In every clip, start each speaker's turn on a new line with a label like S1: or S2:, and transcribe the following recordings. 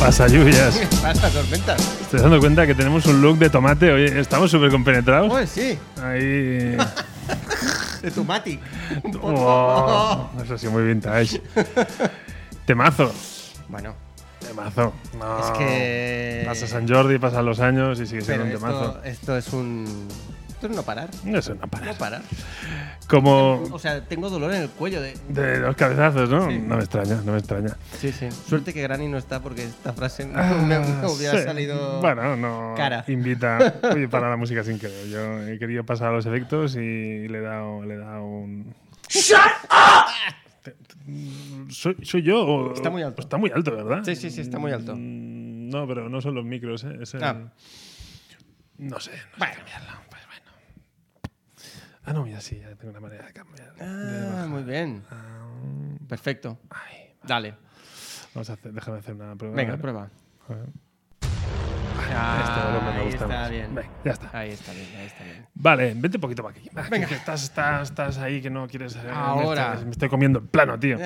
S1: Pasa lluvias.
S2: ¿Qué pasa, tormentas?
S1: Estoy dando cuenta que tenemos un look de tomate. Hoy estamos súper compenetrados.
S2: Pues sí,
S1: Ahí.
S2: de Tumatic.
S1: Oh. Wow. Eso sí, muy vintage. Temazo.
S2: Bueno,
S1: Temazo. No.
S2: es que.
S1: Pasa San Jordi, pasan los años y sigue siendo
S2: Pero
S1: un temazo.
S2: esto, esto es un. Esto es no parar.
S1: Eso no para.
S2: No parar.
S1: Como
S2: O sea, tengo dolor en el cuello de.
S1: de los cabezazos, ¿no?
S2: Sí.
S1: No me extraña, no me extraña.
S2: Sí, sí. Suerte que Granny no está porque esta frase no me, me hubiera
S1: Ah, Sí.
S2: salido.
S1: Bueno, no
S2: cara.
S1: invita. Oye, para la música sin querer. Yo he querido pasar a los efectos y le he dado, le he dado un. ¡Shut up! ¿Soy, soy yo? o-
S2: Está muy alto.
S1: Está muy alto, ¿verdad?
S2: Sí, sí, sí, está muy alto.
S1: Mm, No, pero no son los micros, ¿eh? Es el-
S2: Ah.
S1: No sé. no
S2: Bueno.
S1: sé cambiarlo, pues bueno. Ah, no, mira, sí, ya tengo una manera de cambiar.
S2: Ah, muy bien. Perfecto.
S1: Ay,
S2: Dale.
S1: vamos a hacer, déjame hacer una prueba.
S2: Venga,
S1: A ver.
S2: prueba.
S1: A ver. Este volumen me
S2: Ahí
S1: gusta
S2: está
S1: más.
S2: bien.
S1: Venga, ya está.
S2: Ahí está bien, ahí está bien.
S1: Vale, vente un poquito para aquí. Ah,
S2: Venga.
S1: que estás, estás, estás ahí que no quieres. eh, me
S2: Ahora. Eh.
S1: estás- Me, estoy comiendo el plano, tío.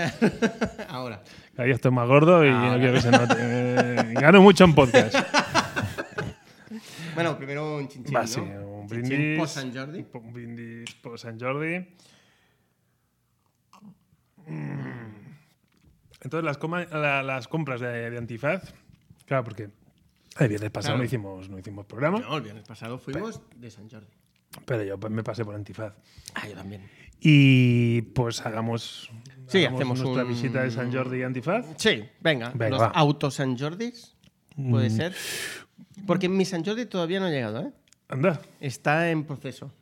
S2: Ahora.
S1: Ahí estoy más gordo y no quiero que se note. Eh, gano mucho en podcast.
S2: Bueno, primero un chinchín,
S1: Va,
S2: ¿no?
S1: sí, un
S2: Chinchín
S1: brindis.
S2: por San Jordi.
S1: Un brindis por San Jordi. Mm. Entonces, las, coma- la- las compras de, de Antifaz. Claro, porque el viernes pasado
S2: Claro.
S1: no, hicimos, no hicimos programa,
S2: No, el viernes pasado fuimos de San Jordi.
S1: pero yo pues, me pasé por Antifaz.
S2: Ah, yo también.
S1: Y pues hagamos,
S2: Sí,
S1: hagamos
S2: hacemos
S1: nuestra
S2: un-
S1: visita de San Jordi y Antifaz.
S2: Sí, venga.
S1: Venga,
S2: los
S1: va. Mm.
S2: autos San Jordis, puede ser. Porque mi San Jordi todavía no ha llegado, ¿eh?
S1: Anda.
S2: Está en proceso.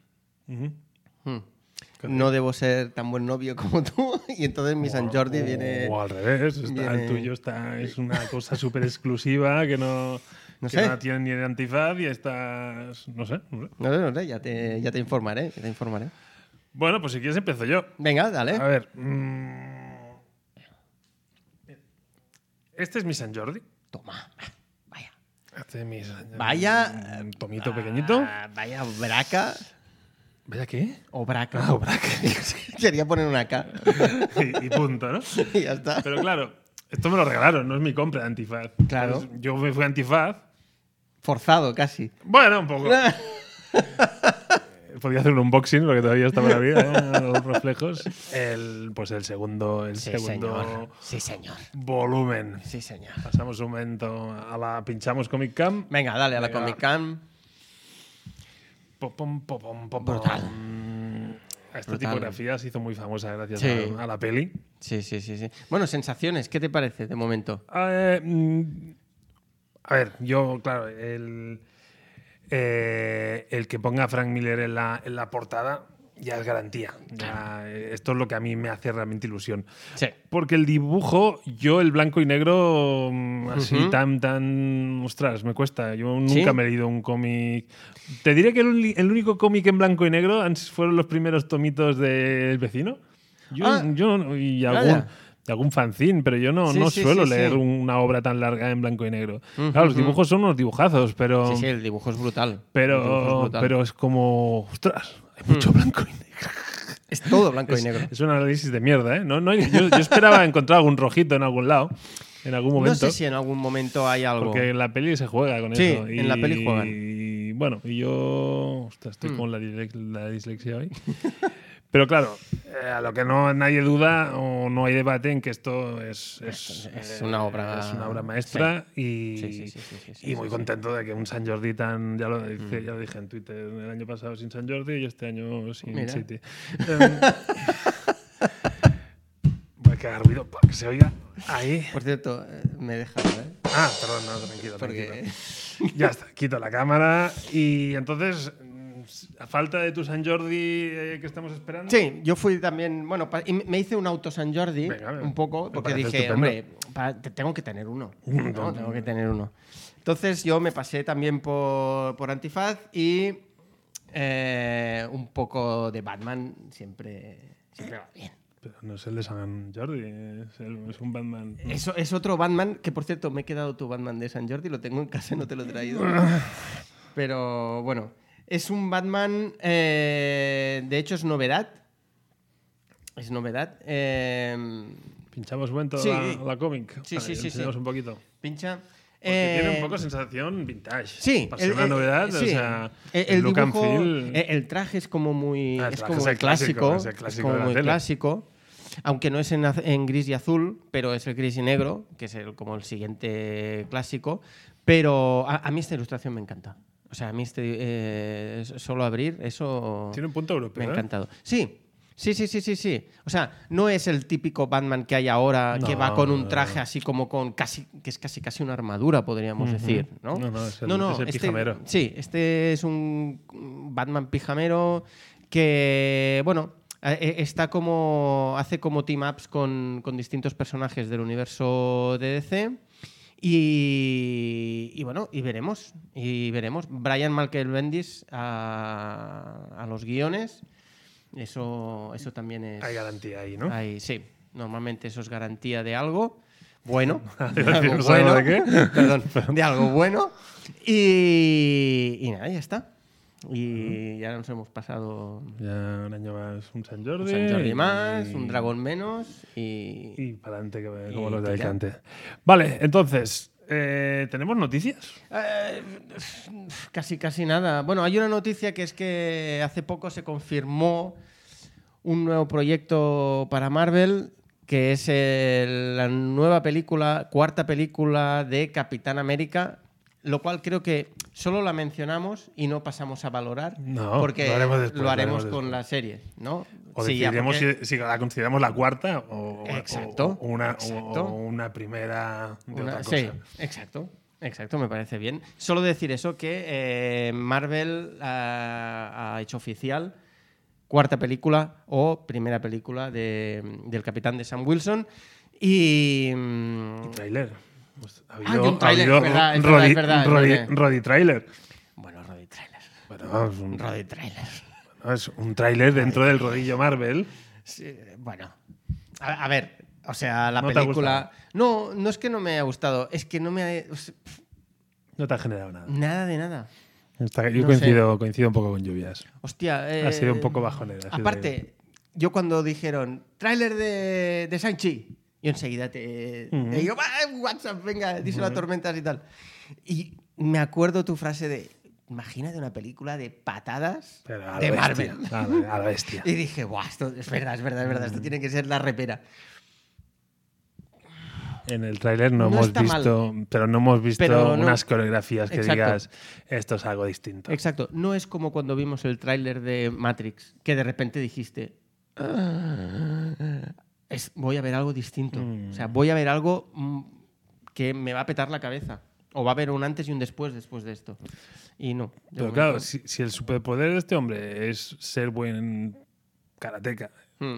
S1: Ujú.
S2: Hmm. No debo ser tan buen novio como tú. Y entonces mi San Jordi viene.
S1: O al revés, está-
S2: viene-
S1: el tuyo está, es una cosa súper exclusiva que no,
S2: No
S1: que
S2: sé.
S1: no tiene ni el antifaz y estás. No sé, no sé.
S2: No sé, no sé, ya te, ya te informaré. Ya te informaré.
S1: Bueno, pues si quieres empiezo yo.
S2: Venga, dale.
S1: A ver. mm. Este es mi San Jordi.
S2: Toma. Vaya.
S1: Este es mi San Jordi.
S2: Vaya.
S1: Un tomito pequeñito.
S2: Ah, vaya braca.
S1: ¿Vaya qué?
S2: O braca.
S1: Ah, o braca.
S2: Quería poner una K.
S1: y, y punto, ¿no?
S2: y ya está.
S1: Pero claro, esto me lo regalaron, no es mi compra de antifaz.
S2: Claro.
S1: Entonces, yo me fui a antifaz.
S2: Forzado casi.
S1: Bueno, un poco. Podía hacer un unboxing porque todavía estaba la vida, ¿eh? los reflejos. El, pues el segundo, el segundo
S2: Sí, señor.
S1: volumen.
S2: Sí, señor.
S1: Pasamos un momento a la pinchamos Comic Camp.
S2: Venga, dale a la
S1: Venga.
S2: Comic Con.
S1: Po, pom, po, pom, po, pom.
S2: Brutal.
S1: Esta
S2: Brutal.
S1: tipografía se hizo muy famosa gracias
S2: Sí.
S1: a, a la peli.
S2: Sí, sí, sí, sí. Bueno, sensaciones, ¿qué te parece de momento?
S1: Eh, mm, a ver, yo, claro, el, eh, el que ponga a Frank Miller en la, en la portada ya es garantía. Ya, eh, esto es lo que a mí me hace realmente ilusión.
S2: Sí.
S1: Porque el dibujo, yo el blanco y negro, mm, así tan, tan. Ostras, me cuesta. Yo nunca
S2: Sí.
S1: me he leído un cómic. Te diré que el, uni- el único cómic en blanco y negro han- fueron los primeros tomitos del vecino. Yo,
S2: Ah.
S1: yo no- y
S2: Ah,
S1: algún,
S2: ya.
S1: algún fanzine, pero yo no,
S2: Sí,
S1: no
S2: sí,
S1: suelo
S2: sí, sí.
S1: leer una obra tan larga en blanco y negro.
S2: Ujú,
S1: Claro, los
S2: ujú.
S1: dibujos son unos dibujazos, pero.
S2: Sí, sí, el dibujo es brutal. El dibujo es
S1: Pero,
S2: brutal.
S1: pero es como. Ostras,
S2: Hmm.
S1: hay mucho blanco y negro.
S2: es todo blanco y negro.
S1: Es un análisis de mierda, ¿eh? No, no, yo, yo esperaba encontrar algún rojito en algún lado, en algún
S2: No
S1: momento.
S2: sé si en algún momento hay algo.
S1: Porque en la peli se juega con
S2: Sí,
S1: eso.
S2: en la peli juegan.
S1: Y bueno, y yo. Ostras, estoy
S2: Mm.
S1: con la, dilex- la dislexia hoy. Pero claro, eh, a lo que no nadie duda o no hay debate en que esto es. Es,
S2: es
S1: eh,
S2: una obra-
S1: Es una obra maestra y.
S2: Sí, sí, sí, sí, sí, sí,
S1: y muy
S2: sí, Mm.
S1: contento de que un San Jordi tan. Ya lo, hice- ya lo dije en Twitter el año pasado sin San Jordi y este año sin
S2: Mira.
S1: City. Em, voy a cagar ruido para que se oiga ahí.
S2: Por cierto, eh, me deja, ¿eh?
S1: Ah, perdón, no, tranquilo,
S2: Porque
S1: tranquilo. Ya está, quito la cámara y entonces, mm, a falta de tu San Jordi eh, que estamos esperando.
S2: Sí, yo fui también, bueno, pa- y me- me hice un auto San Jordi,
S1: Venga, venga.
S2: un poco,
S1: Me
S2: porque
S1: parece
S2: dije,
S1: estupendo.
S2: hombre, pa- te- tengo que tener uno. ¿no? Tengo que tener uno. Entonces yo me pasé también por, por Antifaz y eh, un poco de Batman siempre, siempre va bien.
S1: Pero no es el de San Jordi, es, el- es un Batman.
S2: Es, es otro Batman, que por cierto, me he quedado tu Batman de San Jordi, lo tengo en casa, no te lo he traído. Pero bueno, es un Batman, eh, de hecho es novedad. Es novedad. eh,
S1: Pinchamos buen toda
S2: Sí.
S1: la, la cómic.
S2: Sí, sí,
S1: y
S2: sí,
S1: enseñamos
S2: sí.
S1: un poquito.
S2: pincha.
S1: Porque tiene
S2: Eh,
S1: un poco sensación vintage.
S2: Sí,
S1: Para ser una novedad, o
S2: sí. Eh,
S1: sea,
S2: el, el
S1: look and
S2: dibujo,
S1: feel-
S2: eh, el traje es como muy
S1: Ah, el
S2: es
S1: traje
S2: como
S1: es el
S2: muy clásico,
S1: clásico, es el
S2: es
S1: clásico
S2: como
S1: de la
S2: muy
S1: tele.
S2: clásico, aunque no es en, az- en gris y azul, pero es el gris y negro, que es el- como el siguiente clásico, pero a, a mí esta ilustración me encanta. O sea, a mí este eh, es- solo abrir eso
S1: Tiene un punto europeo.
S2: me ha
S1: ¿eh?
S2: encantado. Sí. Sí, sí, sí, sí, sí. O sea, no es el típico Batman que hay ahora que
S1: No,
S2: va con un
S1: no,
S2: traje así como con casi que es casi casi una armadura, podríamos decir, ¿no?
S1: No, no, es el- es el pijamero.
S2: Sí, este es un Batman pijamero que bueno, eh, eh, está como hace como team ups con, con distintos personajes del universo de DC. Y, y bueno, y veremos. Y veremos. Brian Michael Bendis a, a los guiones. Eso, eso también es.
S1: Hay garantía ahí, ¿no?
S2: Ahí, sí, normalmente eso es garantía de algo bueno. de
S1: Iba a decir,
S2: algo
S1: ¿no sabemos de qué?
S2: Perdón, de algo bueno. Y, y nada, ya está. Y ya nos hemos pasado
S1: Ya un año más un San Jordi.
S2: un San Jordi
S1: y-
S2: más, un dragón menos y...
S1: Y para adelante, que- como
S2: Y
S1: los de
S2: tira.
S1: Alicante. Vale, entonces, eh, ¿tenemos noticias?
S2: Eh, casi, casi nada. Bueno, hay una noticia que es que hace poco se confirmó un nuevo proyecto para Marvel, que es el- la nueva película, cuarta película de Capitán América, lo cual creo que solo la mencionamos y no pasamos a valorar,
S1: No,
S2: porque
S1: lo haremos después,
S2: lo haremos
S1: haremos
S2: con la serie, ¿no?
S1: O
S2: Sí, ya,
S1: decidiremos
S2: porque-
S1: si, si la consideramos la cuarta o, o-
S2: Exacto,
S1: o una, o-
S2: exacto.
S1: o una primera de
S2: Una-
S1: otra cosa.
S2: sí, exacto. Exacto, me parece bien. Solo decir eso, que eh, Marvel ah, ha hecho oficial cuarta película o primera película de- del Capitán de Sam Wilson y... mm,
S1: Y tráiler. Pues, ha
S2: que Ah, un tráiler, es verdad,
S1: rodi-
S2: es verdad, es verdad, es
S1: rodi-
S2: verdad.
S1: rodi tráiler.
S2: Bueno, Roddy Trailer.
S1: Bueno, es un,
S2: Roddy Trailer.
S1: es un tráiler dentro del rodillo Marvel.
S2: Sí, bueno, a, a ver, o sea, la
S1: ¿No te ha
S2: película... No, no es que no me haya gustado, es que no me ha... o sea, pf,
S1: No te ha generado nada.
S2: nada de nada.
S1: Está- yo
S2: No
S1: coincido, coincido un poco con lluvias.
S2: Hostia, eh,
S1: Ha sido un poco bajonera, ha sido
S2: Aparte, yo cuando dijeron tráiler de, de Sanchi, yo enseguida te, te digo, "Va, eh, WhatsApp, venga, díselo a tormentas y tal. Y me acuerdo tu frase de, imagínate una película de patadas
S1: Pero a la
S2: de
S1: bestia,
S2: Marvel.
S1: A la, a la bestia.
S2: Y dije, guau, esto es verdad, es verdad, es verdad, esto tiene que ser la repera.
S1: En el tráiler no,
S2: No
S1: hemos
S2: está mal.
S1: visto, pero no hemos visto
S2: Pero no-
S1: unas coreografías que
S2: Exacto.
S1: digas esto es algo distinto.
S2: Exacto, no es como cuando vimos el tráiler de Matrix, que de repente dijiste, "Ah, es, voy a ver algo distinto, o sea, voy a ver algo mm, que me va a petar la cabeza, o va a haber un antes y un después después de esto. Y no. de
S1: Pero
S2: momento-
S1: claro, si, si el superpoder de este hombre es ser buen karateca,
S2: Mm.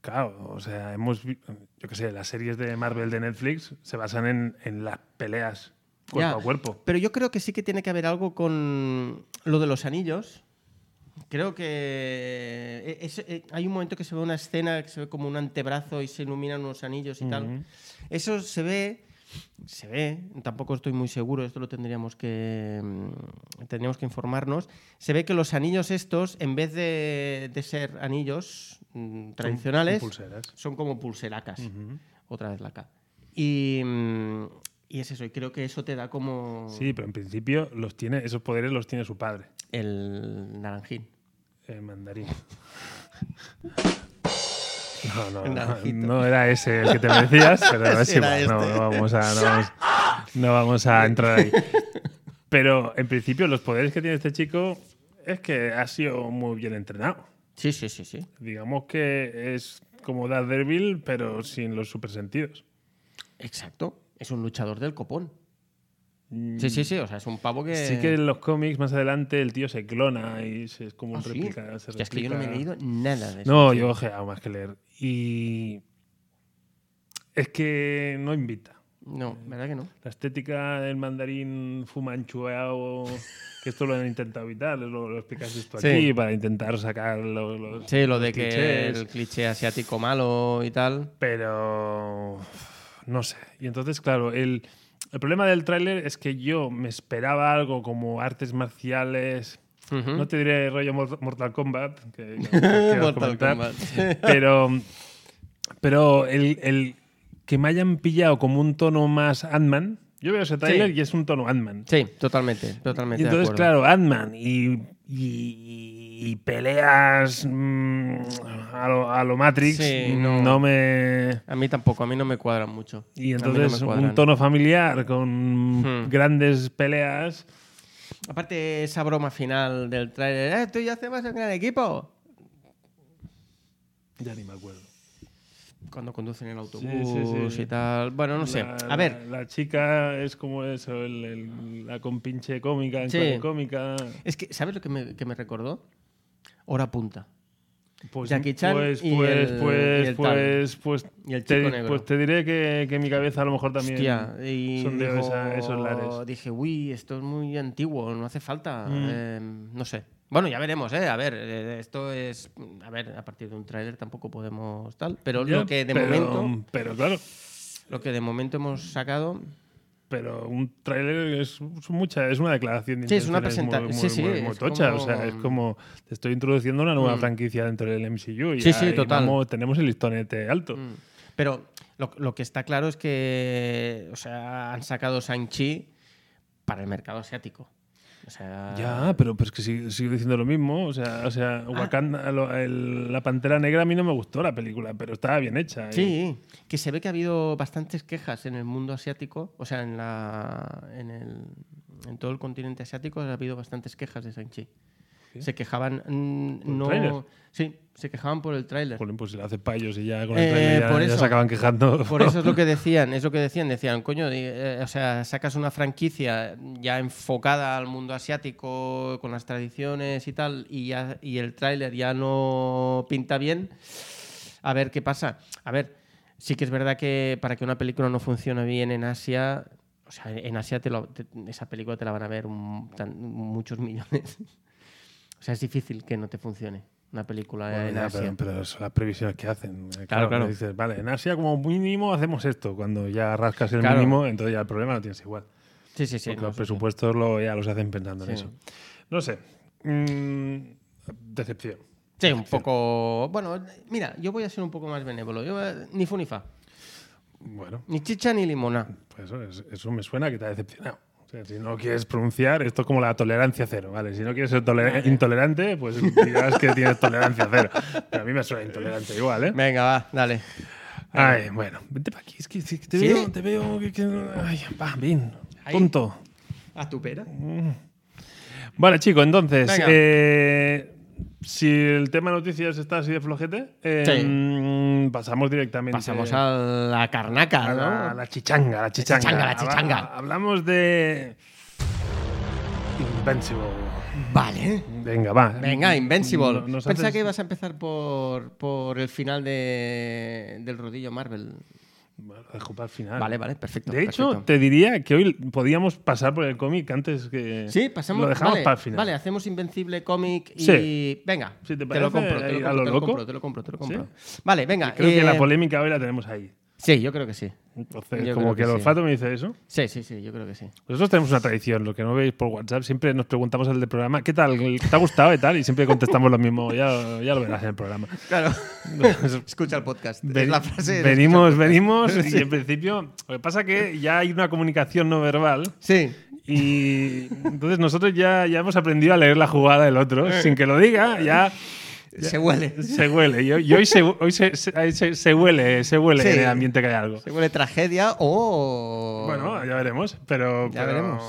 S1: claro, o sea, hemos vi- yo qué sé, las series de Marvel de Netflix se basan en, en las peleas cuerpo
S2: Ya,
S1: a cuerpo.
S2: Pero yo creo que sí que tiene que haber algo con lo de los anillos. Creo que eh, es- eh, hay un momento que se ve una escena que se ve como un antebrazo y se iluminan unos anillos y tal. Eso se ve, se ve, tampoco estoy muy seguro, esto lo tendríamos que, mm, tendríamos que informarnos. Se ve que los anillos estos, en vez de, de ser anillos mm, tradicionales,
S1: Con pulseras.
S2: son como pulseracas. Otra vez la K. Y, mm, y es eso, y creo que eso te da como
S1: Sí, pero en principio los tiene, esos poderes los tiene su padre,
S2: el naranjín.
S1: el mandarín. No, no,
S2: El
S1: no,
S2: naranjito.
S1: no era ese el que te decías, pero no es
S2: Ese era
S1: igual. No,
S2: este.
S1: no vamos a, no, vamos, no vamos a entrar ahí. Pero en principio los poderes que tiene este chico es que ha sido muy bien entrenado.
S2: Sí, sí, sí, sí.
S1: Digamos que es como Daredevil, pero sin los supersentidos.
S2: Exacto, es un luchador del copón. Sí, sí, sí, o sea, es un pavo que...
S1: Mm. Sí que en los cómics más adelante el tío se clona y se- es como
S2: Ah,
S1: un
S2: sí.
S1: réplica. se
S2: Hostia, es que yo no me he
S1: replica.
S2: leído nada de eso.
S1: No,
S2: tío.
S1: yo he ojeado más que leer. Y es que no invita.
S2: No, ¿verdad que no?
S1: La estética del mandarín fumanchueado, que esto lo han intentado evitar, lo, lo explicas esto
S2: Sí.
S1: aquí, para intentar sacar los... los-
S2: Sí, lo de que
S1: clichés.
S2: el cliché asiático malo y tal.
S1: Pero... No sé. Y entonces, claro, el, el problema del tráiler es que yo me esperaba algo como artes marciales...
S2: Ujú.
S1: No te diré rollo Mor- Mortal Kombat, que, que- que os
S2: Mortal
S1: comentar,
S2: Kombat.
S1: pero, pero el, el que me hayan pillado como un tono más Ant-Man, yo veo ese tráiler
S2: Sí.
S1: y es un tono Ant-Man.
S2: Sí, totalmente,
S1: Y
S2: totalmente. de
S1: entonces,
S2: acuerdo.
S1: claro, Ant-Man y, y- y peleas mm, a, lo, a lo Matrix
S2: Sí,
S1: mm,
S2: no.
S1: no. me...
S2: A mí tampoco, a mí no me cuadran mucho.
S1: Y
S2: A mí no
S1: entonces
S2: me
S1: un
S2: cuadran.
S1: tono familiar con
S2: Hmm.
S1: grandes peleas.
S2: Aparte, esa broma final del trailer, ¡eh, tú y yo hacemos un gran equipo!
S1: Ya ni me acuerdo.
S2: Cuando conducen el autobús
S1: sí.
S2: y tal. Bueno, no sé.
S1: La-
S2: A ver,
S1: La, la chica es como eso, el- el- la compinche cómica, en
S2: Sí.
S1: clase cómica.
S2: es que, ¿sabes lo que me, que me recordó? Hora punta.
S1: Pues,
S2: Jackie Chan
S1: pues,
S2: y
S1: pues,
S2: el-
S1: pues,
S2: y el tal.
S1: pues, pues,
S2: Y el
S1: te,
S2: chico negro.
S1: pues te diré que, que mi cabeza a lo mejor también
S2: Hostia, y
S1: son de
S2: dijo-
S1: esa- esos lares. Mm.
S2: Dije, uy, esto es muy antiguo, no hace falta. eh, no sé. Bueno, ya veremos, ¿eh? A ver, eh, esto es. A ver, a partir de un tráiler tampoco podemos tal. Pero
S1: Ya,
S2: lo que de
S1: pero-
S2: momento.
S1: Pero claro,
S2: Lo que de momento hemos sacado.
S1: pero un tráiler es, es mucha, es una declaración de
S2: Sí, es una
S1: intenciones muy-
S2: presenta-
S1: muy,
S2: sí, sí,
S1: muy- muy
S2: es
S1: tocha. O
S2: como-
S1: sea, es como te estoy introduciendo una nueva
S2: Mm.
S1: franquicia dentro del MCU. Y
S2: Sí, sí,
S1: ahí
S2: total.
S1: vamos- tenemos el listonete alto.
S2: Mm. Pero lo, lo que está claro es que. O sea, han sacado Sanchi para el mercado asiático. O sea.
S1: Ya, pero, pero es que sigo, sigo diciendo lo mismo. O sea, o
S2: Ah.
S1: sea Wakanda, lo- el- la Pantera Negra a mí no me gustó la película, pero estaba bien hecha. ¿eh? y-
S2: Sí, que se ve que ha habido bastantes quejas en el mundo asiático, o sea, en, la, en, el, en todo el continente asiático ha habido bastantes quejas de Sanchi.
S1: ¿Sí?
S2: Se quejaban mm,
S1: el
S2: no,
S1: tráiler?
S2: sí, se quejaban por el tráiler. Por,
S1: Jolín, pues si la hace payos y ya con el
S2: Eh,
S1: trailer ya,
S2: por
S1: ya
S2: eso.
S1: se acaban quejando.
S2: eso es lo que decían, es lo que decían, decían, coño, di- eh, o sea, sacas una franquicia ya enfocada al mundo asiático con las tradiciones y tal y ya y el tráiler ya no pinta bien. a ver qué pasa. A ver, sí que es verdad que para que una película no funcione bien en Asia, o sea, en Asia te lo- te- esa película te la van a ver un- tan- muchos millones. o sea, es difícil que no te funcione una película
S1: Bueno,
S2: en
S1: ya,
S2: Asia.
S1: pero, pero son las previsiones que hacen. Eh,
S2: Claro, claro.
S1: Dices, vale, en Asia como mínimo hacemos esto. Cuando ya rascas el
S2: Claro.
S1: mínimo, entonces ya el problema lo tienes igual.
S2: Sí, sí, sí.
S1: Porque
S2: no,
S1: los
S2: sí, sí.
S1: presupuestos lo, ya los hacen pensando en
S2: Sí.
S1: eso. No sé. Mm, decepción.
S2: Sí, un poco. Bueno, mira, yo voy a ser un poco más benévolo. Yo, eh, ni fu ni fa.
S1: Bueno,
S2: Ni chicha ni limona.
S1: Pues eso, es- eso me suena que te ha decepcionado. O sea, si no quieres pronunciar, esto es como la tolerancia cero, ¿vale? Si no quieres ser tole- intolerante, pues dirás que tienes tolerancia cero. Pero a mí me suena intolerante igual, ¿eh?
S2: Venga, va, dale.
S1: Ay, bueno, vente para aquí, es que, es que te
S2: ¿Sí?
S1: veo, te veo, que, que- ay, va, bien,
S2: Ahí.
S1: punto.
S2: A tu pera.
S1: Vale, chico, entonces,
S2: Venga.
S1: eh, si el tema noticias está así de flojete, eh,
S2: Sí.
S1: mm, pasamos directamente
S2: Pasamos a la carnaca,
S1: a
S2: ¿no?
S1: Ah, la, a la chichanga, la chichanga.
S2: chichanga, la chichanga.
S1: Habla- Hablamos de. Invincible.
S2: Vale.
S1: Venga, va.
S2: Venga,
S1: No-
S2: Invincible.
S1: nos
S2: Pensaba
S1: haces-
S2: que ibas a empezar por, por el final de, del rodillo Marvel.
S1: Bueno, lo dejo para el final.
S2: Vale, vale, perfecto.
S1: De hecho,
S2: perfecto.
S1: te diría que hoy podíamos pasar por el cómic antes que.
S2: Sí, pasamos.
S1: Lo dejamos
S2: vale,
S1: para el final.
S2: Vale, hacemos Invencible Comic y.
S1: Sí.
S2: Venga,
S1: Si te
S2: lo
S1: parece,
S2: compro. Te
S1: ahí,
S2: lo
S1: a lo
S2: compro, te lo
S1: loco.
S2: compro, te lo compro, te lo compro. Vale, venga.
S1: Creo que
S2: eh,
S1: la polémica hoy la tenemos ahí.
S2: Sí, yo creo que sí.
S1: Entonces,
S2: Yo
S1: como que,
S2: creo que
S1: el
S2: sí.
S1: olfato me dice eso.
S2: Sí, sí, sí, yo creo que sí.
S1: Nosotros tenemos una tradición, lo que no veis por WhatsApp, siempre nos preguntamos al del programa, ¿qué tal? ¿Te ha gustado y tal? Y siempre contestamos lo mismo, ya, ya lo verás en el programa.
S2: Claro. Escucha el podcast.
S1: Ven-
S2: es la frase. de
S1: venimos, venimos,
S2: Sí.
S1: y en principio. Lo que pasa que ya hay una comunicación no verbal.
S2: escucha- Sí.
S1: Y entonces nosotros ya, ya hemos aprendido a leer la jugada del otro.
S2: Eh.
S1: Sin que lo diga, ya
S2: Se huele.
S1: se huele. Y, hoy- y hoy, se, hoy se, se- se- se huele, se huele
S2: Sí.
S1: en el ambiente que hay algo.
S2: Se huele tragedia o.
S1: Bueno, ya veremos. Pero.
S2: Ya
S1: pero-
S2: veremos.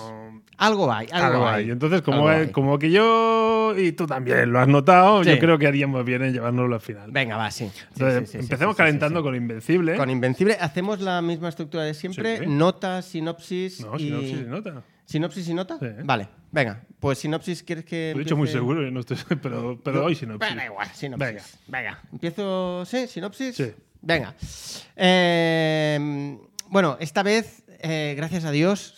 S2: Algo hay, algo,
S1: Algo hay. Entonces, como,
S2: Algo hay.
S1: como que yo notado y tú también lo has notado.
S2: Sí.
S1: Yo creo que haríamos bien en llevárnoslo al final.
S2: Venga, va, sí. Sí,
S1: Entonces,
S2: sí, sí, sí,
S1: empecemos
S2: sí, sí,
S1: calentando
S2: sí.
S1: con Invencible.
S2: Con Invencible hacemos la misma estructura de siempre,
S1: Sí.
S2: nota, sinopsis
S1: No,
S2: y...
S1: si no, si se nota.
S2: ¿Sinopsis y nota?
S1: Sí.
S2: Vale, venga. Pues sinopsis, ¿quieres que
S1: Lo he dicho muy
S2: empiece?
S1: seguro, yo no estoy, pero, pero hoy sinopsis.
S2: Bueno, da igual, sinopsis.
S1: Venga.
S2: Venga. ¿Empiezo, sí, sinopsis?
S1: Sí.
S2: Venga. Eh, bueno, esta vez, eh, gracias a Dios,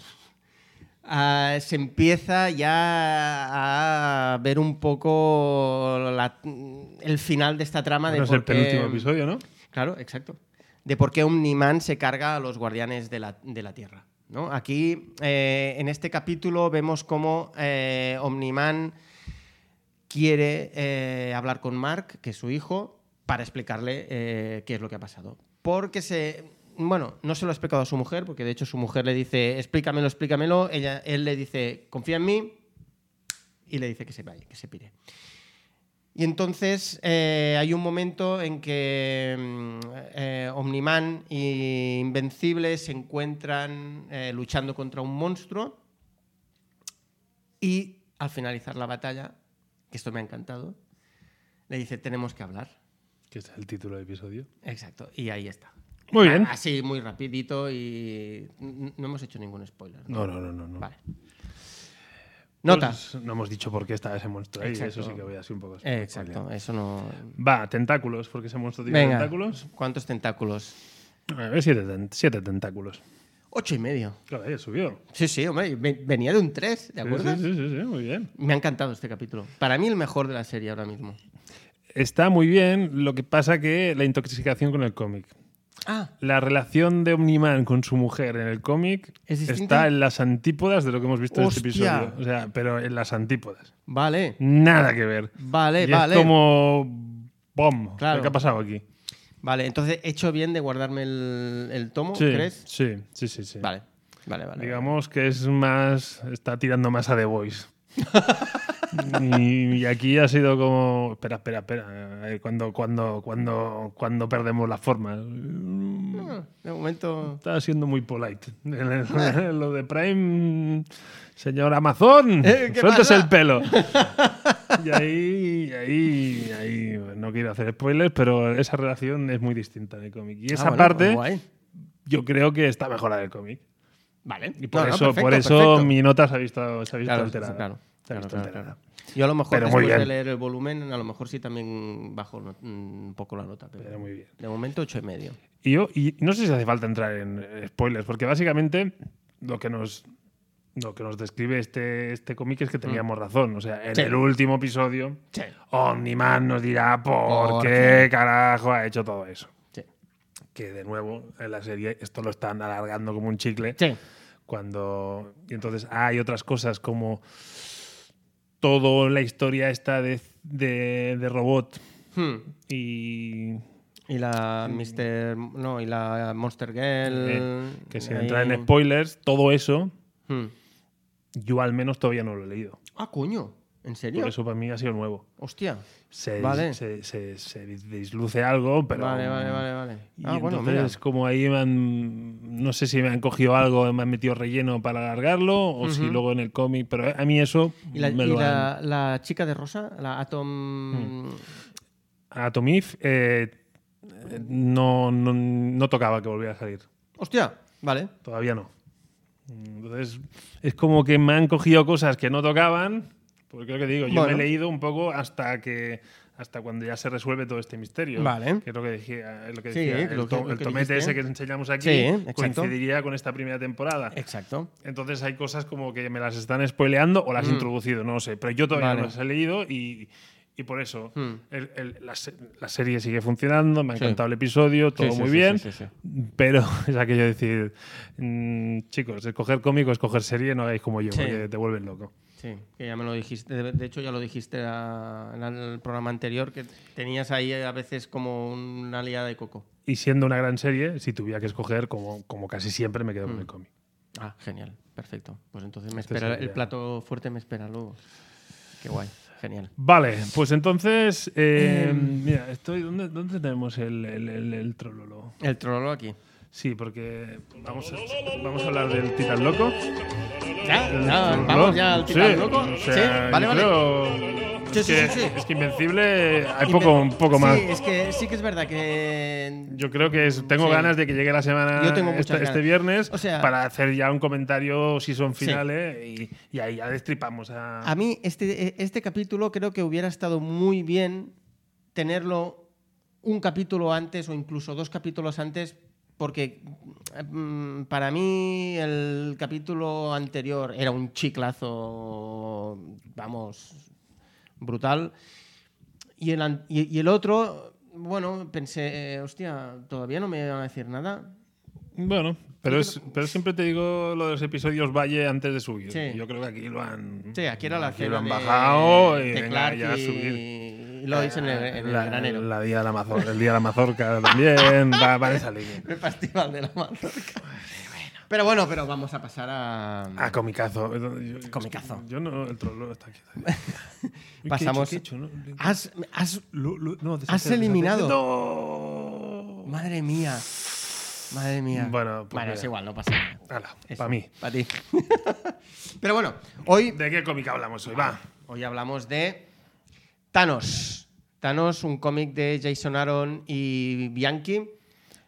S2: ah, se empieza ya a ver un poco la- el final de esta trama. de
S1: No es
S2: por
S1: el
S2: qué-
S1: penúltimo episodio, ¿no?
S2: Claro, exacto. De por qué Omniman se carga a los guardianes de la, de la Tierra. ¿no? Aquí, eh, en este capítulo, vemos cómo eh, Omniman quiere eh, hablar con Mark, que es su hijo, para explicarle eh, qué es lo que ha pasado. Porque se. Bueno, no se lo ha explicado a su mujer, porque de hecho su mujer le dice, explícamelo, explícamelo. Ella, él le dice, confía en mí, y le dice que se vaya, que se pire. Y entonces eh, hay un momento en que mm, eh, Omniman y Invencible se encuentran eh, luchando contra un monstruo y al finalizar la batalla, que esto me ha encantado, le dice tenemos que hablar.
S1: Que es el título del episodio.
S2: Exacto, y ahí está. Ah,
S1: Muy bien.
S2: Así, muy rapidito y n- no hemos hecho ningún spoiler.
S1: No, no, no, no. no.
S2: Vale. Nota.
S1: Pues no hemos dicho por qué estaba ese monstruo ahí.
S2: Exacto.
S1: Eso sí que voy a ser un poco.
S2: Eh, Exacto, eso no...
S1: Va, tentáculos, porque ese monstruo tiene
S2: Venga,
S1: tentáculos.
S2: ¿cuántos tentáculos?
S1: A ver, siete, ten- siete tentáculos.
S2: Ocho y medio.
S1: Claro, ahí subió.
S2: Sí, sí, hombre, ve- venía de un 3, ¿de
S1: Sí,
S2: acuerdo?
S1: Sí, sí, sí, sí, muy bien.
S2: Me ha encantado este capítulo. Para mí el mejor de la serie ahora mismo.
S1: Está muy bien, lo que pasa que la intoxicación con el cómic.
S2: Ah,
S1: La relación de Omniman con su mujer en el cómic
S2: ¿Es distinta?
S1: está en las antípodas de lo que hemos visto en este
S2: Hostia.
S1: episodio. O sea, pero en las antípodas.
S2: vale,
S1: Nada que ver.
S2: Vale,
S1: Y es
S2: vale.
S1: como. ¡Bom!
S2: Claro.
S1: ¿Qué ha pasado aquí?
S2: vale. Entonces, he hecho bien de guardarme el, el tomo,
S1: Sí,
S2: ¿crees?
S1: sí, sí, sí. sí.
S2: Vale, vale, vale.
S1: Digamos que es más. Está tirando más a The Voice. y, y aquí ha sido como. Espera, espera, espera. A ver, ¿Cuándo, cuándo, cuándo, cuándo perdemos la forma?
S2: Ah, De momento...
S1: Está siendo muy polite. Lo de Prime, señor Amazon,
S2: Eh, ¿qué
S1: sueltas
S2: pasa?
S1: el pelo. Y ahí, y ahí, y ahí, no quiero hacer spoilers, pero esa relación es muy distinta en el cómic. Y esa
S2: Ah, bueno,
S1: parte,
S2: guay.
S1: yo creo que está mejorada el cómic.
S2: Vale.
S1: Y por
S2: No, no,
S1: eso,
S2: perfecto,
S1: por eso
S2: perfecto.
S1: mi nota se ha visto, se ha visto
S2: Claro,
S1: alterada.
S2: claro,
S1: Se ha
S2: claro,
S1: visto
S2: claro,
S1: alterada.
S2: Yo a lo mejor
S1: Pero muy
S2: después de
S1: bien.
S2: leer el volumen, a lo mejor sí también bajo no- un poco la nota. Pero,
S1: Pero muy bien.
S2: De momento, ocho y medio.
S1: Y, yo, y no sé si hace falta entrar en eh, spoilers, porque básicamente lo que nos, lo que nos describe este, este cómic es que teníamos razón. O sea, en
S2: Mm. Sí.
S1: el último episodio,
S2: Sí.
S1: Omniman nos dirá por,
S2: ¿Por
S1: qué, carajo ha hecho todo eso.
S2: Sí.
S1: Que de nuevo, en la serie esto lo están alargando como un chicle.
S2: Sí.
S1: Cuando. Y entonces hay otras cosas como toda la historia esta de, de, de robot
S2: Hmm.
S1: y
S2: Y la Mr. No, y la Monster Girl.
S1: Eh, que sin
S2: ahí.
S1: entrar en spoilers, todo eso,
S2: Hmm.
S1: yo al menos todavía no lo he leído.
S2: Ah, coño. ¿En serio?
S1: Por eso para mí ha sido nuevo.
S2: Hostia.
S1: Se,
S2: Vale.
S1: se, se- se disluce algo, pero.
S2: Vale, vale, vale, vale.
S1: Y
S2: Ah, bueno, mira.
S1: entonces, como ahí me han. No sé si me han cogido algo, me han metido relleno para alargarlo, o si luego en el cómic, pero a mí eso.
S2: Y la,
S1: me
S2: y
S1: lo han-
S2: la- la chica de rosa, la Atom.
S1: Atomif eh, eh, no, no, no tocaba que volviera a salir.
S2: Hostia. Vale.
S1: Todavía no. Entonces, es como que me han cogido cosas que no tocaban, porque lo que digo, yo
S2: Bueno.
S1: me he leído un poco hasta que hasta cuando ya se resuelve todo este misterio.
S2: Vale.
S1: Que es lo que decía, es lo que
S2: Sí,
S1: decía,
S2: eh,
S1: el,
S2: lo que-
S1: to-
S2: lo
S1: el
S2: que
S1: tomete
S2: dijiste.
S1: ese que enseñamos aquí
S2: Sí, exacto.
S1: coincidiría con esta primera temporada.
S2: Exacto.
S1: Entonces hay cosas como que me las están spoileando o las he introducido, no lo sé. Pero yo todavía
S2: Mm. Vale.
S1: no las he leído y, y por eso
S2: Mm.
S1: el- el- la, se- la serie sigue funcionando, me ha
S2: Sí.
S1: encantado el episodio, todo
S2: sí,
S1: muy
S2: sí,
S1: bien.
S2: sí, sí,
S1: Pero es aquello de decir, mm, chicos, escoger cómico, escoger serie, no hagáis como yo,
S2: Sí.
S1: porque te vuelven loco.
S2: Sí, que ya me lo dijiste. De, de hecho, ya lo dijiste a- en el programa anterior, que tenías ahí a veces como una liada de coco.
S1: Y siendo una gran serie, si tuviera que escoger, como, como casi siempre, me
S2: Mm.
S1: quedo con el cómic.
S2: Ah, genial. Perfecto. Pues entonces me
S1: Este
S2: espera,
S1: es el
S2: el
S1: ideal.
S2: plato fuerte me espera luego. Qué guay. Genial.
S1: Vale, pues entonces, eh,
S2: Em.
S1: mira, estoy, ¿dónde, dónde tenemos el, el, el- el trololo?
S2: El trololo aquí.
S1: Sí, porque vamos a, vamos a hablar del Titán Loco.
S2: Ya,
S1: El
S2: ya,
S1: Trololo.
S2: Ah, vamos ya al titán
S1: Sí,
S2: loco.
S1: o sea,
S2: sí, vale,
S1: yo
S2: vale.
S1: creo-
S2: Sí,
S1: es,
S2: sí,
S1: que,
S2: sí, sí.
S1: es que Invencible hay poco, un poco más.
S2: Sí, es que sí que es verdad que.
S1: Yo creo que es- tengo
S2: Sí.
S1: ganas de que llegue la semana
S2: Yo tengo muchas
S1: este, este
S2: ganas.
S1: viernes
S2: O sea-
S1: para hacer ya un comentario si son
S2: Sí.
S1: finales y, y ahí ya destripamos a...
S2: A mí este, este capítulo creo que hubiera estado muy bien tenerlo un capítulo antes o incluso dos capítulos antes porque mm, para mí el capítulo anterior era un chiclazo, vamos, brutal. Y el, an- y- y el otro, bueno, pensé, eh, hostia, todavía no me van a decir nada.
S1: Bueno, pero, es, pero siempre te digo lo de los episodios Valle antes de subir.
S2: Sí.
S1: Yo creo que aquí lo han,
S2: Sí, aquí era la
S1: aquí lo
S2: cena
S1: han
S2: de-
S1: bajado y
S2: de
S1: venga
S2: Clark
S1: ya a
S2: y-
S1: subir.
S2: y Lois en el, en el
S1: Eh, la,
S2: granero.
S1: la día de la mazorca, el día de la mazorca también va, va de salir.
S2: El festival de la mazorca. Pero bueno, pero vamos a pasar a.
S1: Ah, comicazo. Yo- yo-
S2: Comicazo.
S1: Yo no, el trolo está aquí. está aquí. Uy, ¿qué he
S2: Pasamos-
S1: hecho? ¿Qué he hecho? No,
S2: Has- has-
S1: Lu- lu- no, deshacer,
S2: Has
S1: deshacer.
S2: eliminado.
S1: No.
S2: Madre mía. Madre mía.
S1: Bueno, pues mira.
S2: es igual, no pasa nada.
S1: Hala,
S2: Eso,
S1: para mí.
S2: Para ti. pero bueno, hoy,
S1: ¿De qué cómica hablamos hoy? Va.
S2: hoy hablamos de Thanos. Thanos, un cómic de Jason Aaron y Bianchi.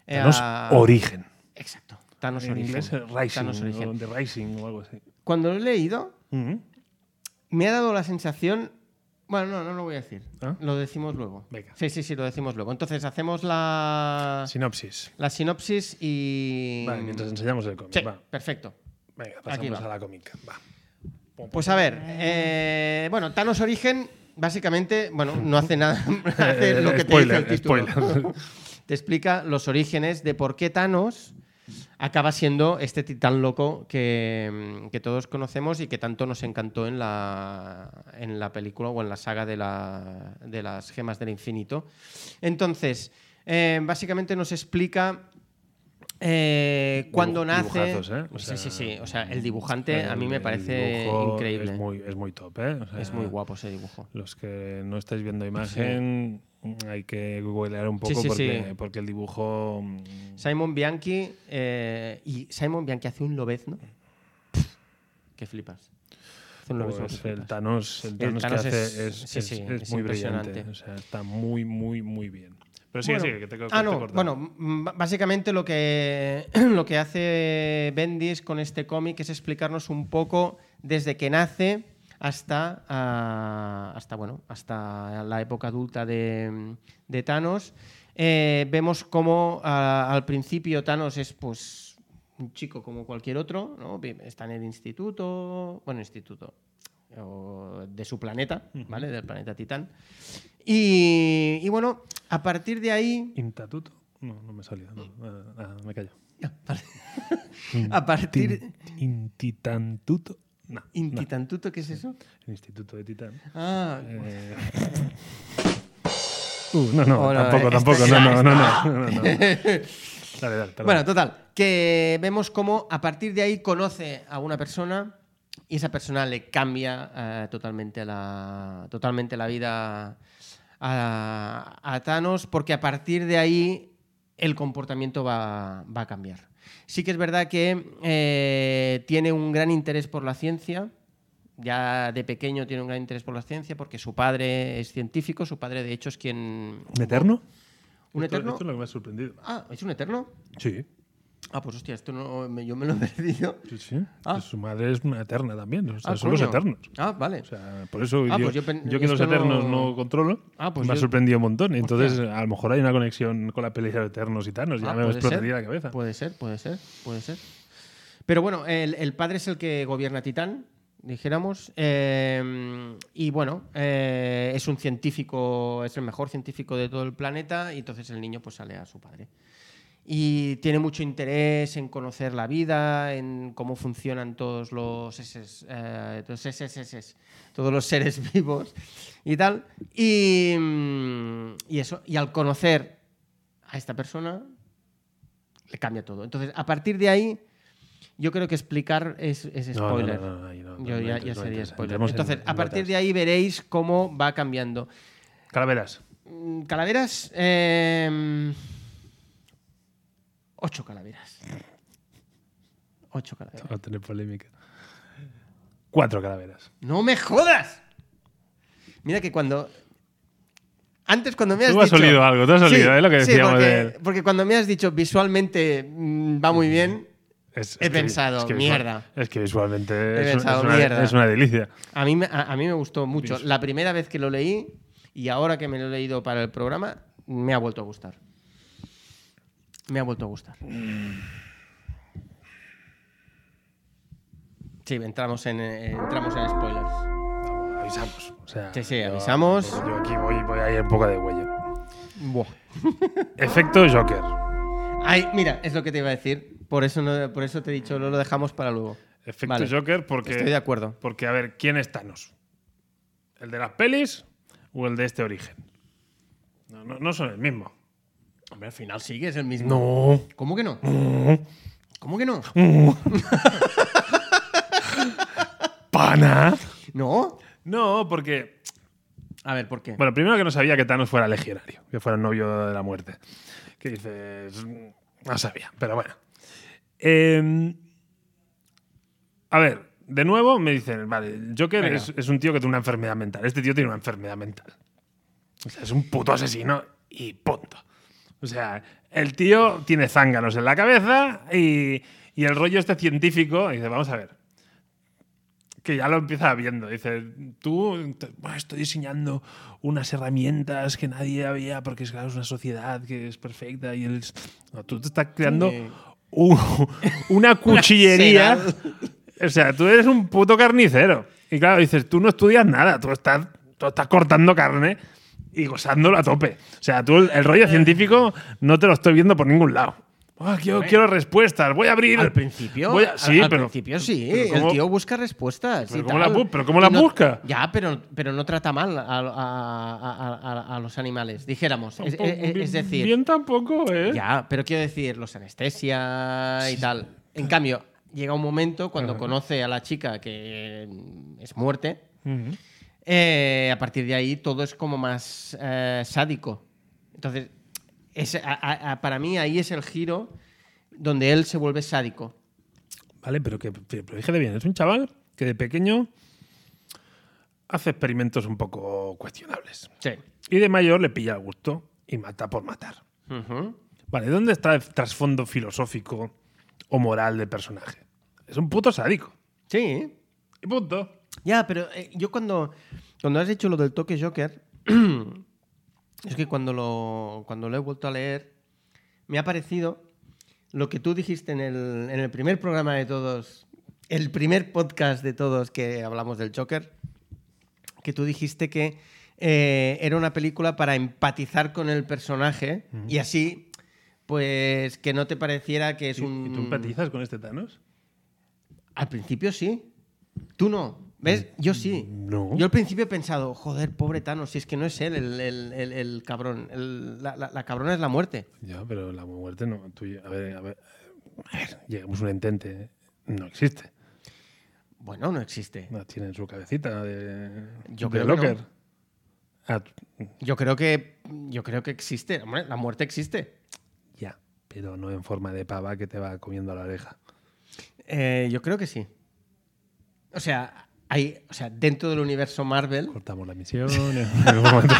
S2: Eh,
S1: Danos
S2: ah,
S1: origen.
S2: Exacto. Thanos
S1: En
S2: Origen.
S1: inglés es Rising.
S2: Thanos
S1: o
S2: Origen.
S1: The Rising o algo así.
S2: Cuando lo he leído,
S1: Ujú.
S2: me ha dado la sensación. Bueno, no, no lo voy a decir.
S1: ¿Ah?
S2: Lo decimos luego.
S1: Venga.
S2: Sí, sí, sí, lo decimos luego. Entonces hacemos la,
S1: Sinopsis.
S2: la sinopsis y.
S1: Vale, mientras enseñamos el cómic.
S2: Sí,
S1: Va.
S2: perfecto.
S1: Venga,
S2: Aquí
S1: pasamos
S2: va.
S1: a la cómica. Va.
S2: Pues a ver, eh, bueno, Thanos Origen, básicamente, bueno, no hace nada, hace lo que
S1: Spoiler,
S2: te dice el título.
S1: spoiler.
S2: te explica los orígenes de por qué Thanos acaba siendo este titán loco que, mm, que todos conocemos y que tanto nos encantó en la, en la película o en la saga de, la- de las gemas del infinito. Entonces, eh, básicamente nos explica eh, cuándo
S1: Dibuj-
S2: nace...
S1: dibujazos, ¿eh? O sea,
S2: sí, sí, sí. O sea, el dibujante a mí me
S1: el
S2: parece
S1: dibujo
S2: increíble.
S1: Es muy, es muy top, ¿eh? O sea,
S2: Es muy guapo ese dibujo.
S1: Los que no estáis viendo imagen, hay que googlear un poco
S2: sí,
S1: porque,
S2: sí.
S1: porque el dibujo. mm,
S2: Simon Bianchi eh, y Simon Bianchi hace un lobezno que flipas. Hace un lobezno
S1: pues,
S2: que
S1: el
S2: flipas.
S1: Thanos, el Thanos que
S2: Thanos
S1: hace es,
S2: es- sí,
S1: es-
S2: sí,
S1: es
S2: es
S1: muy
S2: impresionante.
S1: brillante. O sea, está muy, muy, muy bien. Pero sigue,
S2: Bueno,
S1: sigue, que te, que
S2: ah,
S1: te
S2: no,
S1: he cortado.
S2: bueno, mm, b- básicamente lo que, lo que hace Bendis con este cómic es explicarnos un poco desde que nace hasta, ah, hasta, bueno, hasta la época adulta de, de Thanos. Eh, vemos cómo ah, al principio Thanos es pues un chico como cualquier otro, ¿no? Vi- está en el instituto, bueno, instituto o de su planeta, ¿vale? Del planeta Titán. Y, y bueno, a partir de ahí,
S1: ¿Intatuto? No, no me salía. No, ah, ah, me callo.
S2: a partir...
S1: Tin- Intitantuto. No, no,
S2: ¿Intitantuto qué es eso?
S1: el Instituto de Titán.
S2: Ah,
S1: Eh, Uh, no, no,
S2: Hola,
S1: tampoco,
S2: esta-
S1: tampoco. No, no, no, no, no, no. Dale,
S2: esta-
S1: dale. perdón.
S2: Bueno, total, que vemos cómo a partir de ahí conoce a una persona y esa persona le cambia eh, totalmente, la, totalmente la vida a, a Thanos, porque a partir de ahí el comportamiento va, va a cambiar. Sí que es verdad que eh, tiene un gran interés por la ciencia, ya de pequeño tiene un gran interés por la ciencia, porque su padre es científico, su padre de hecho es quien...
S1: ¿Un eterno?
S2: ¿Un
S1: Esto-
S2: eterno?
S1: Esto es lo que me ha sorprendido.
S2: Ah, ¿es un eterno?
S1: Sí,
S2: Ah, pues hostia, esto no, me- yo me lo he perdido.
S1: sí, sí.
S2: Ah.
S1: Pues Su madre es una eterna también. O sea,
S2: Ah,
S1: son los
S2: coño.
S1: eternos.
S2: Ah, vale.
S1: O sea, por eso
S2: Ah,
S1: yo,
S2: pues yo pen-
S1: yo que los
S2: esto no-
S1: eternos no, controlo,
S2: Ah, pues
S1: me ha
S2: yo-
S1: sorprendido un montón. Entonces, a lo mejor hay una conexión con la pelea de eternos y Thanos. Ya
S2: Ah,
S1: me
S2: puede
S1: explotaría
S2: ser,
S1: la cabeza.
S2: Puede ser, puede ser, puede ser. Pero bueno, el, el padre es el que gobierna Titán, dijéramos. eh, y bueno, eh, es un científico, es el mejor científico de todo el planeta. Y entonces el niño pues sale a su padre. Y tiene mucho interés en conocer la vida, en cómo funcionan todos los eses, eh, todos eses, eses, todos los seres vivos y tal. Y, mm, y eso, y al conocer a esta persona, le cambia todo. Entonces, a partir de ahí, yo creo que explicar es, es
S1: No, no, no,
S2: spoiler.
S1: no, no, ahí no, no, no
S2: Yo ya,
S1: entres,
S2: ya
S1: no
S2: sería
S1: entres.
S2: spoiler.
S1: Entremos en-
S2: Entonces,
S1: en
S2: a partir
S1: datas.
S2: de ahí veréis cómo va cambiando.
S1: Calaveras.
S2: Mm, Calaveras. eh, ocho calaveras. Ocho calaveras.
S1: Va a tener polémica. Cuatro calaveras.
S2: ¡No me jodas! Mira que cuando. Antes, cuando me has
S3: Tú has
S2: dicho.
S3: olido algo, tú has
S2: Sí,
S3: olido, ¿eh? Lo que
S2: sí,
S3: decíamos
S2: porque,
S3: de él.
S2: porque cuando me has dicho visualmente mm, va muy bien,
S3: Es- es
S2: he
S3: que-
S2: pensado,
S3: es que visual-
S2: mierda.
S3: Es que visualmente es, un- es
S2: pensado,
S3: una,
S2: mierda.
S3: es una delicia.
S2: A mí, me- a, a mí me gustó mucho. La primera vez que lo leí y ahora que me lo he leído para el programa, me ha vuelto a gustar. Me ha vuelto a gustar.
S3: Mm.
S2: Sí, entramos en, eh, entramos en spoilers.
S1: Avisamos. O sea,
S2: Sí, sí,
S1: yo-
S2: avisamos.
S1: Yo aquí voy, voy a ir en poca de huella. Efecto Joker.
S2: Ay, mira, es lo que te iba a decir. Por eso, no- por eso te he dicho, lo, lo dejamos para luego.
S1: Efecto
S2: Vale.
S1: Joker porque.
S2: Estoy de acuerdo.
S1: Porque, a ver, ¿quién es Thanos? ¿El de las pelis o el de este origen? No, no- no son el mismo.
S2: Hombre, al final sigue, es el mismo.
S1: No. Mm.
S2: ¿Cómo que no? ¿Cómo que no?
S1: ¿Pana?
S2: ¿No?
S1: No, porque.
S2: A ver, ¿por qué?
S1: Bueno, primero que no sabía que Thanos fuera legionario, que fuera novio de la muerte. Que dices. No sabía, pero bueno. Eh, a ver, de nuevo me dicen, vale, el Joker
S2: Venga.
S1: es, es un tío que tiene una enfermedad mental. Este tío tiene una enfermedad mental. O sea, es un puto asesino y punto. O sea, el tío tiene zánganos en la cabeza y, y el rollo este científico dice, vamos a ver. Que ya lo empieza viendo. Dice, tú te- bueno, estoy diseñando unas herramientas que nadie había porque es, claro, es una sociedad que es perfecta y él es- No, tú te estás creando
S2: Sí.
S1: un- una cuchillería.
S2: Será-
S1: O sea, tú eres un puto carnicero. Y claro, dices, tú no estudias nada, tú estás, tú estás cortando carne y gozándolo a tope. O sea, tú el, el rollo científico no te lo estoy viendo por ningún lado. Ah, quiero, quiero respuestas, voy a abrir.
S2: Al principio,
S1: Voy a-
S2: a-
S1: sí,
S2: al
S1: pero-
S2: principio sí.
S1: pero ¿cómo-
S2: el tío busca respuestas.
S1: pero
S2: y
S1: ¿cómo
S2: tal.
S1: la bu- pero cómo la
S2: Y no-
S1: busca?
S2: Ya, pero, pero no trata mal a, a- a- a- a los animales, dijéramos. Es,
S1: Tampoco-
S2: es-
S1: bien-
S2: es decir,
S1: Bien tampoco, ¿eh?
S2: ya, pero quiero decir, los anestesia y tal. En cambio, llega un momento cuando conoce a la chica que eh, es muerte. eh, a partir de ahí todo es como más eh, sádico. Entonces, ese- a- a- a- para mí ahí es el giro donde él se vuelve sádico.
S1: Vale, pero que pero fíjate bien, es un chaval que de pequeño hace experimentos un poco cuestionables.
S2: Sí.
S1: Y de mayor le pilla el gusto y mata por matar. Vale, ¿dónde está el trasfondo filosófico o moral del personaje? Es un puto sádico.
S2: Sí.
S1: Y punto.
S2: Ya, pero eh, yo cuando, cuando has dicho lo del toque Joker, es que cuando lo, cuando lo he vuelto a leer, me ha parecido lo que tú dijiste en el, en el primer programa de todos, el primer podcast de todos que hablamos del Joker, que tú dijiste que eh, era una película para empatizar con el personaje y así, pues que no te pareciera que es
S1: ¿Y,
S2: un...
S1: y tú empatizas con este Thanos?
S2: Al principio sí. Tú no. ¿Ves? Yo sí.
S1: No.
S2: Yo al principio he pensado, joder, pobre Thanos, si es que no es él el, el- el- el cabrón. El- la, la- la cabrona es la muerte.
S1: Ya, pero la muerte no. tú y- a ver, a ver. A ver, llegamos a un entente. ¿eh? No existe.
S2: Bueno, no existe.
S1: La tiene en su cabecita de,
S2: Yo
S1: de
S2: creo que
S1: Locker.
S2: no.
S1: Ah, tú-
S2: Yo creo que, yo creo que existe. Hombre, la muerte existe.
S1: ya, pero no en forma de pava que te va comiendo la oreja.
S2: Eh, yo creo que sí. O sea, hay, o sea, dentro del universo Marvel,
S1: Cortamos la misión. en algún momento.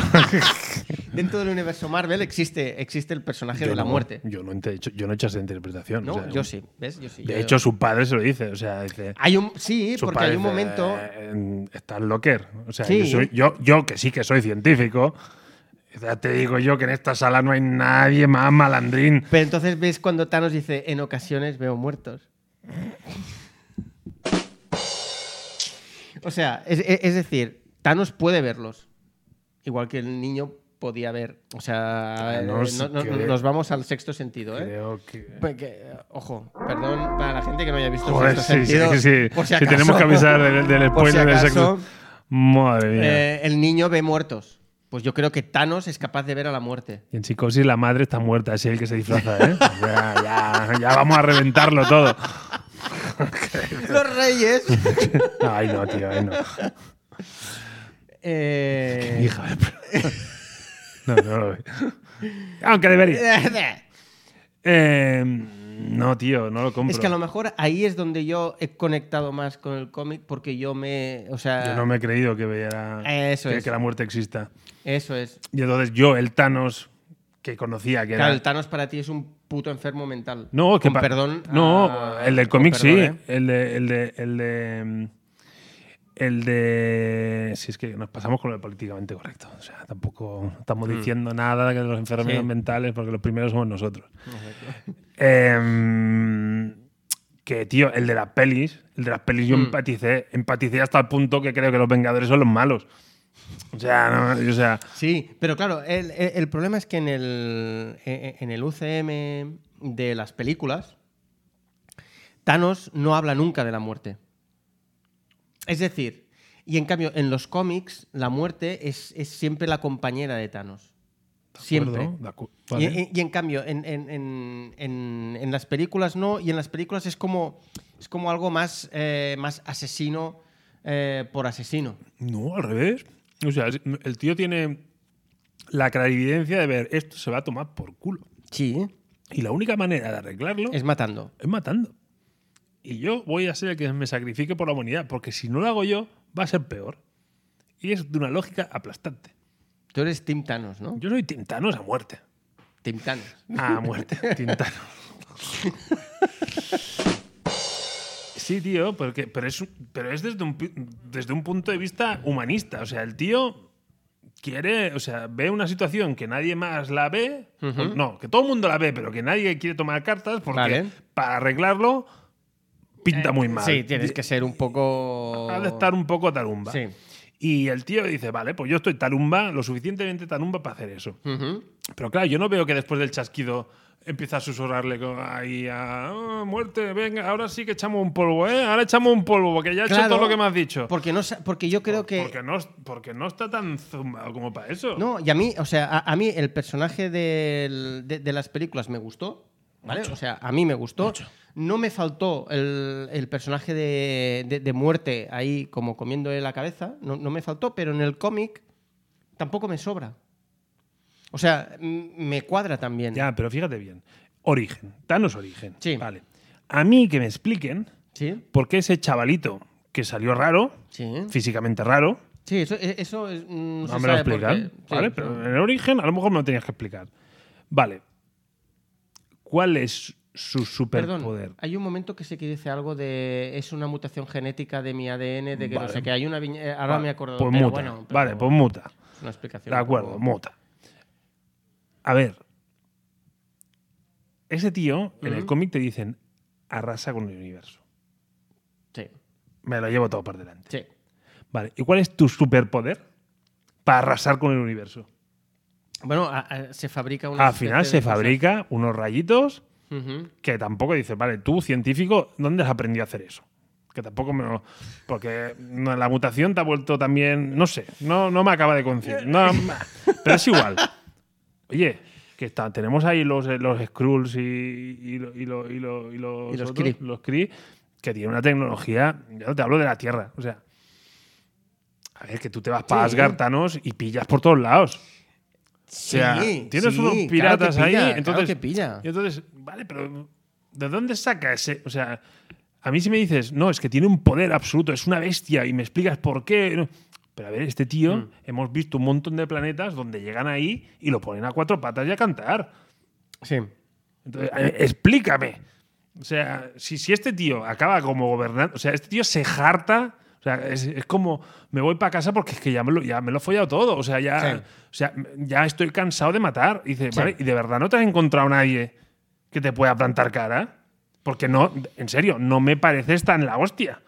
S2: dentro del universo Marvel existe, existe el personaje
S1: Yo
S2: de la
S1: no-
S2: muerte.
S1: Yo no, he hecho, yo no he hecho esa interpretación.
S2: No,
S1: o sea,
S2: yo sí. ¿Ves? Yo sí.
S1: De
S2: Yo-
S1: hecho, su padre se lo dice. O sea, dice.
S2: hay un sí,
S1: su
S2: porque
S1: padre
S2: hay un
S1: dice,
S2: momento.
S1: "Eh, Estás locker. O sea,
S2: Sí.
S1: yo, soy- yo, yo que sí que soy científico. ya te digo yo que en esta sala no hay nadie más malandrín.
S2: Pero entonces ves cuando Thanos dice, en ocasiones veo muertos. O sea, es, es- es decir, Thanos puede verlos. Igual que el niño podía ver. O sea, eh, no-
S1: Thanos
S2: no-
S1: cree-
S2: nos vamos al sexto sentido, ¿eh?
S1: Creo que.
S2: Porque, ojo, perdón para la gente que no haya visto el
S1: Joder,
S2: sexto
S1: sí, sí,
S2: sentido.
S1: sí, sí.
S2: por si
S1: Sí,
S2: acaso.
S1: tenemos que avisar del, del
S2: Por si
S1: spoiler del
S2: acaso,
S1: sexo. Madre mía.
S2: eh, el niño ve muertos. Pues yo creo que Thanos es capaz de ver a la muerte.
S1: Y en psicosis la madre está muerta, es el que se disfraza, ¿eh? ya, ya, ya vamos a reventarlo todo.
S2: ¡Los reyes!
S1: Ay, no, tío, ay, no.
S2: eh...
S1: Hija, pero- no, no lo veo. Aunque debería. Eh, No, tío, no lo compro.
S2: Es que a lo mejor ahí es donde yo he conectado más con el cómic porque yo me. O sea,
S1: Yo no me he creído que veía
S2: Eso
S1: que,
S2: es.
S1: que la muerte exista.
S2: eso es.
S1: Y entonces yo, el Thanos que conocía, que
S2: Claro,
S1: era.
S2: el Thanos para ti es un puto enfermo mental.
S1: No, que
S2: Con
S1: pa-
S2: perdón.
S1: No,
S2: a-
S1: el del
S2: con
S1: cómic sí.
S2: perdón, ¿eh?
S1: El de. El de. El de. mm, El de. Si es que nos pasamos con lo de políticamente correcto. O sea, tampoco estamos diciendo nada de los enfermos
S2: Mm. Sí.
S1: mentales porque los primeros somos nosotros. Em, que, tío, el de las pelis. El de las pelis
S2: Mm.
S1: yo empaticé. Empaticé hasta el punto que creo que los Vengadores son los malos. O sea, no, o sea.
S2: Sí, pero claro, el, el- el problema es que en el, en el UCM de las películas, Thanos no habla nunca de la muerte. Es decir, y en cambio, en los cómics, la muerte es, es siempre la compañera de Thanos. Siempre.
S1: pues De acu-
S2: Y-
S1: vale.
S2: Y, y en cambio, en, en- en- en- en las películas no, y en las películas es como, es como algo más, eh, más asesino eh, por asesino.
S1: No, al revés. O sea, es- el tío tiene la clarividencia de ver esto se va a tomar por culo.
S2: Sí.
S1: Y la única manera de arreglarlo
S2: Es
S1: es,
S2: matando.
S1: matando. Y yo voy a ser el que me sacrifique por la humanidad, porque si no lo hago yo, va a ser peor. Y es de una lógica aplastante.
S2: Tú eres Tim Thanos, ¿no?
S1: Yo soy Tintanos a muerte.
S2: Tim Thanos.
S1: A Ah, muerte, Tintanos. Sí, tío, porque, pero es, un- pero es desde, un, pi- desde un punto de vista humanista. O sea, el tío quiere, o sea, ve una situación que nadie más la ve, o- no, que todo el mundo la ve, pero que nadie quiere tomar cartas porque
S2: Vale. Eh,
S1: para arreglarlo pinta muy mal.
S2: Sí, tienes que ser un poco.
S1: Ha de estar un poco tarumba.
S2: Sí.
S1: Y el tío dice, vale, pues yo estoy tarumba, lo suficientemente tarumba para hacer eso.
S2: Ujú.
S1: Pero claro, yo no veo que después del chasquido empieza a susurrarle co- ahí a "Ah, muerte, venga, ahora sí que echamos un polvo, ¿eh? Ahora echamos un polvo, que ya he hecho
S2: Claro,
S1: todo lo que me has dicho.
S2: Porque, no, sa- porque yo creo que.
S1: Porque, no, porque no está tan zumbado como para eso.
S2: No, y a mí, o sea, a, a mí el personaje del- de, de las películas me gustó. ¿Vale? O sea, a mí me gustó. No me faltó el, el personaje de, de- de muerte ahí como comiéndole la cabeza. No, no me faltó, pero en el cómic tampoco me sobra. O sea, m- me cuadra también.
S1: Ya, pero fíjate bien. Origen, Thanos origen.
S2: Sí.
S1: Vale. A mí que me expliquen
S2: Sí,
S1: por qué ese chavalito que salió raro,
S2: sí.
S1: físicamente raro,
S2: Sí, eso, e- eso es, mm,
S1: no,
S2: se
S1: me lo
S2: sabe por
S1: explican.
S2: qué. Sí,
S1: Vale,
S2: sí.
S1: pero en el origen a lo mejor me lo tenías que explicar. Vale. ¿Cuál es su
S2: Perdón,
S1: superpoder?
S2: hay un momento que sé que dice algo de es una mutación genética de mi ADN, de que no
S1: Vale.
S2: sé qué. Hay una viñe- eh, ahora
S1: Vale,
S2: me he acordado.
S1: Pues
S2: pero
S1: muta.
S2: bueno, pero
S1: vale, pues muta.
S2: es una explicación.
S1: De
S2: un
S1: acuerdo,
S2: poco-
S1: muta. A ver. Ese tío, en el cómic te dicen, arrasa con el universo.
S2: Sí,
S1: Me lo llevo todo por delante.
S2: sí.
S1: Vale, ¿y cuál es tu superpoder para arrasar con el universo?
S2: Bueno, a- a- se fabrica una.
S1: Al final se
S2: especie de
S1: fabrica unos rayitos
S2: cosa. Ujú.
S1: que tampoco dice, vale, tú, científico, ¿dónde has aprendido a hacer eso? Que tampoco me lo- Porque no, la mutación te ha vuelto también. No sé, no, no me acaba de concienciar. pero es igual. Oye, que está- tenemos ahí los, eh, los Skrulls y, y, lo- y lo- y lo- y los,
S2: Y los
S1: otros,
S2: Kree.
S1: los Kree, que tienen una tecnología. Ya no te hablo de la Tierra, o sea. A ver, que tú te vas para
S2: Sí.
S1: Asgard, Thanos, y pillas por todos lados.
S2: Sí,
S1: O sea, tienes
S2: sí,
S1: unos
S2: claro que
S1: piratas
S2: pilla,
S1: ahí.
S2: claro
S1: Entonces,
S2: que pilla.
S1: y entonces, vale, pero ¿de dónde saca ese? O sea, a mí si me dices, no, es que tiene un poder absoluto, es una bestia y me explicas por qué. no. Pero a ver, este tío,
S2: Mm.
S1: hemos visto un montón de planetas donde llegan ahí y lo ponen a cuatro patas y a cantar.
S2: Sí.
S1: Entonces, a ver, explícame. O sea, si, si este tío acaba como gobernante, o sea, este tío se jarta. O sea, es, es como, me voy para casa porque es que ya me, lo, ya me lo he follado todo. O sea, ya,
S2: Sí.
S1: o sea, ya estoy cansado de matar. Y dice,
S2: Sí.
S1: vale, ¿y de verdad no te has encontrado nadie que te pueda plantar cara? Porque no, en serio, no me pareces tan la hostia.